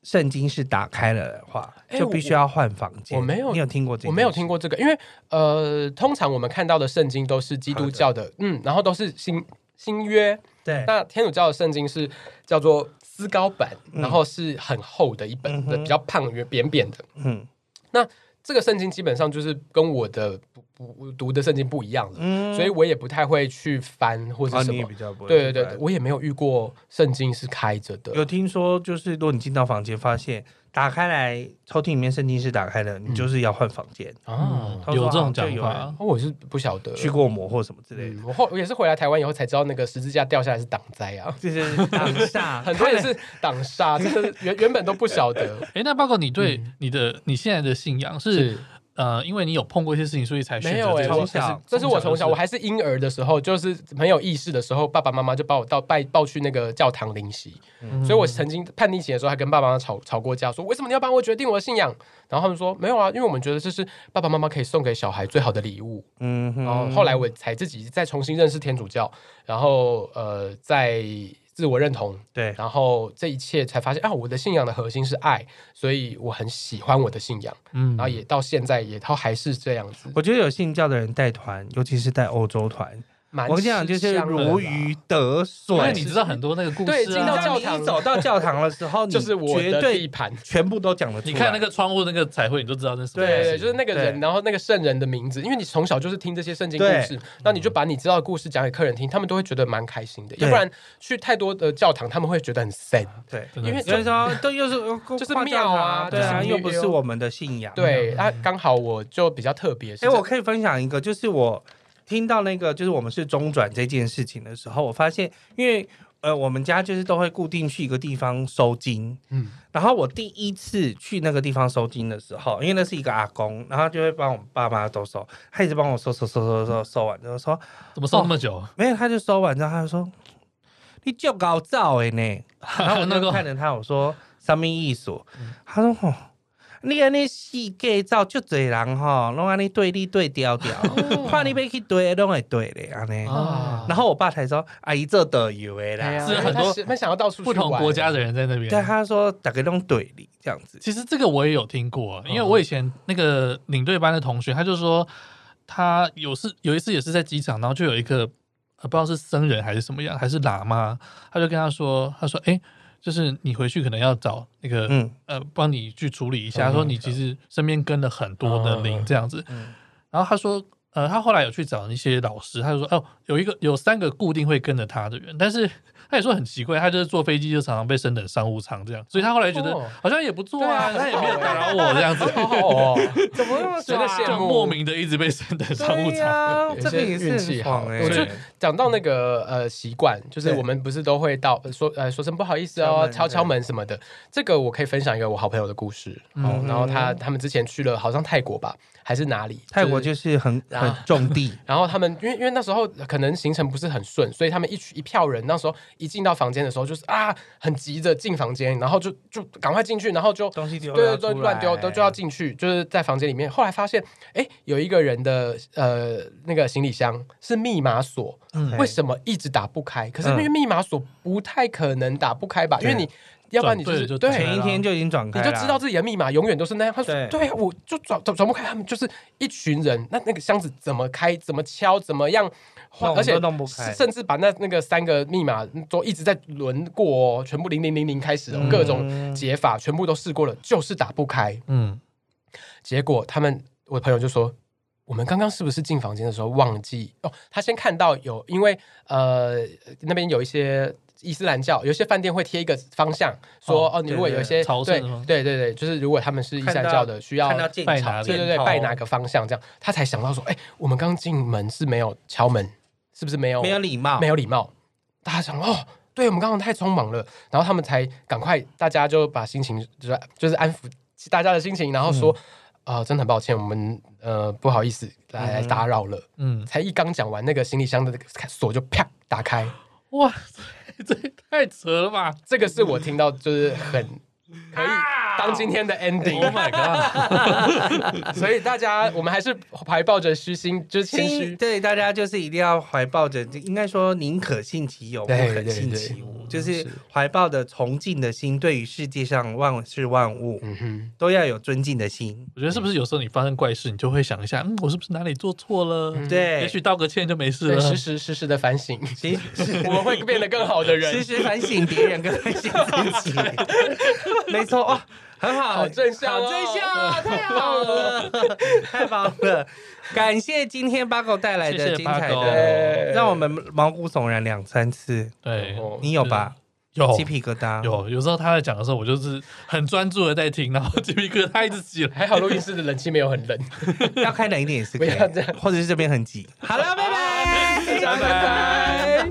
圣经是打开了的话，
哎
就必须要换房间。
我我没有
你有听过这个？
我没有听。过这个，因为呃，通常我们看到的圣经都是基督教的，嗯，然后都是新新约。
对，
那天主教的圣经是叫做思高版，然后是很厚的一本，
嗯嗯哼
比较胖、圆扁扁的。
嗯
这个圣经基本上就是跟我的不不读的圣经不一样了，
嗯
所以我也不太会去翻或
啊，
是什
你也
么
比。较不会
对对
明
对，
白。
我也没有遇过圣经是开着的。
有听说，就是如果你进到房间，发现打开来抽屉里面圣经是打开的，你就是要换房间，
啊，
他
嗯
说
有这种
好像
讲
就有
法，
我是不晓得。
嗯去过魔或什么之类的。
嗯，我后我也是回来台湾以后才知道，那个十字架掉下来是挡灾
(laughs)
啊。
就是
(laughs)
挡煞，
很多也是挡煞，真的是原原本都不晓
(laughs)
得。
哎，那报告你对你的你现在的信仰是呃，因为你有碰过一些事情，所以才选
没
择
有
这
哎、
个
我
从小
这是我从
从小
小
就是
我还是婴儿的时候，就是很有意识的时候，爸爸妈妈就把我到拜抱去那个教堂灵洗。
嗯
所以我曾经叛逆期的时候，还跟爸爸妈妈吵吵过架，说为什么你要帮我决定我的信仰？然后他们说没有啊，因为我们觉得这是爸爸妈妈可以送给小孩最好的礼物。
嗯哼，
然哦后后来我才自己再重新认识天主教，然后呃，在自我认同。
对，
然后这一切才发现啊，我的信仰的核心是爱，所以我很喜欢我的信仰，
嗯
然后也到现在也都还是这样子，
我觉得有信教的人带团，尤其是带欧洲团，
蛮
我跟你讲，就是如
鱼。
鱼得水。
因为你知道很多那个故
对
事
进
你知
到
啊，
道
教
你
堂
一走到教堂的
(laughs)
时候，
就是
你
我
绝
的地
对
盘。
全部都讲得出来。
你看那个窗户那个彩绘，你就知道那是什么
对
东
对，
西。
就是那个
对
人，然后那个圣人的名字，因为你从小就是听这些圣经故事，那你就把你知道的故事讲给客人听，他们都会觉得蛮开心的。
嗯对啊
要不然去太多的教堂，他们会觉得很 sad。
对，
真的
因为
是
所以说都又是
就是
跨教
庙
堂啊，
啊
对啊，
就是
又不是我们的信仰。
对，啊，刚好我就比较特别。是
哎，我
这
可以分享一个，就是我听到那个，就是我们是中转这件事情的时候，我发现，因为呃，我们家就是都会固定去一个地方收金，
嗯，
然后我第一次去那个地方收金的时候，因为那是一个阿公，然后就会帮我爸妈都收，他一直帮我收收收收收收完之后说
怎么送那么久？
没有，他就收完之后他就说你就搞造
(laughs)
哎呢，然后我
那
就
个
看着他我说什么意思？他说吼。你安尼四界走，足侪人吼，拢安尼对立对调调，
哦
看你要去对，拢会对的安尼。
啊，
然后我爸才说，阿姨这导游的
样哎
啦，啊
呀
是
因为
很
他
多
蛮想要到处
不
去
同
玩
国家的人在那边。
对，他说大概拢对立这样子。嗯
其实这个我也有听过，啊因为我以前那个领队班的同学，他就说他有次有一次也是在机场，然后就有一个呃不知道是僧人还是什么样，还是喇嘛，他就跟他说，他说哎、诶就是你回去可能要找那个、
嗯
呃帮你去处理一下，他说你其实身边跟了很多的灵这样子，
嗯
然后他说。呃，他后来有去找一些老师，他就说哦，有一个有三个固定会跟着他的人，但是 (laughs) 他也说很奇怪，他就是坐飞机就常常被升等商务舱这样，所以他后来觉得
哦
好像也不错啊，
对啊
他也没有打扰我这样子，
好好哦，
(laughs) 怎么那么
真的羡
就
慕
莫名的一直被升等商务
对
舱。
呀，
有
哦这个
些
也是
运
很
气
爽
好
哎、
我
对
就讲到那个呃习惯，就是
对
我们不是都会到呃说呃说声不好意思
敲
哦，
门
敲敲门什么的。这个我可以分享一个我好朋友的故事。
嗯
哦，然后他他们之前去了好像泰国吧，还是哪里？
泰国
是
就是很很
啊，
种地
(laughs) 然后他们因为因为那时候可能行程不是很顺，所以他们一群一票人那时候一进到房间的时候就是啊很急着进房间，然后就就赶快进去，然后就
东西丢了
对
要
对
出
对，乱丢
来
都就要进去，就是在房间里面。后来发现，哎，有一个人的呃那个行李箱是密码锁，
嗯
为什么一直打不开？可是
嗯
因为密码锁不太可能打不开吧，因为
对
你要不然你
转
是
对就
对
打开了
前一天就已经转开
你
了，啊
就知道自己的密码永远都是那样。他说：“
对
对啊，我就转转转不开，他们就是一群人，那那个箱子怎么开，怎么敲，怎么样换，
弄
而且
都弄不开
甚至把那那个三个密码都一直在轮
嗯
过哦，全部零零零零开始哦，各种解法全部都试过了，就是打不开。
嗯，
结果他们我朋友就说，我们刚刚是不是进房间的时候忘记？哦，他先看到有，因为呃那边有一些。伊斯兰教有一些饭店会贴一个方向，说
哦
哦，你如果有一些
对对朝
对
圣的吗
对对对，就是如果他们是伊斯兰教的，需要
看到建
拜
朝
哪里
对对对，拜哪？个方向这样，他才想到说，哎、我们刚进门是没有敲门，是不是没有
没有礼貌，
没
有
有礼貌？大家想哦，对我们刚刚太匆忙了，然后他们才赶快，大家就把心情就是就是安抚大家的心情，然后说，啊、真的很抱歉，我们呃不好意思来来打扰了。
嗯，
才一刚讲完，那个行李箱的那个锁就啪打开，
哇，这这也太扯了吧！
这个是我听到就是很可以当今天的 ending。
Oh my god！
所以大家，我们还是怀抱着虚心，就是谦
心
虚。
对大家就是一定要怀抱着，应该说宁可信其有，不
对
可
对
信
对
其无，就是怀抱着崇敬的心，对于世界上万事万物
嗯哼，
都要有尊敬的心。
我觉得是不是有时候你发生怪事，你就会想一下，嗯，我是不是哪里做错了？
嗯
对，
也许道个歉就没事
对，
了。
时时时时的反省，
其实
(laughs) 我们会变得更好的 (laughs)
时
人。
时反省别人跟反省
(laughs)
自己，没错哦，很好，
好正向哦
好正向哦，太好了，太棒了！感谢今天八狗带来
谢
的
谢
精
八
彩
狗
的，让我们毛骨悚然两三次，
对，
哦
你有吧？
啊
有
鸡皮疙瘩，
有，有时候他在讲的时候，我就是很专注的在听，然后鸡 (laughs) 皮疙瘩一直起来。
还好录音室的冷气没有很冷。
要开冷一点也是可以
不要这样，
或者是这边很挤。好了，拜拜， (laughs)
拜拜。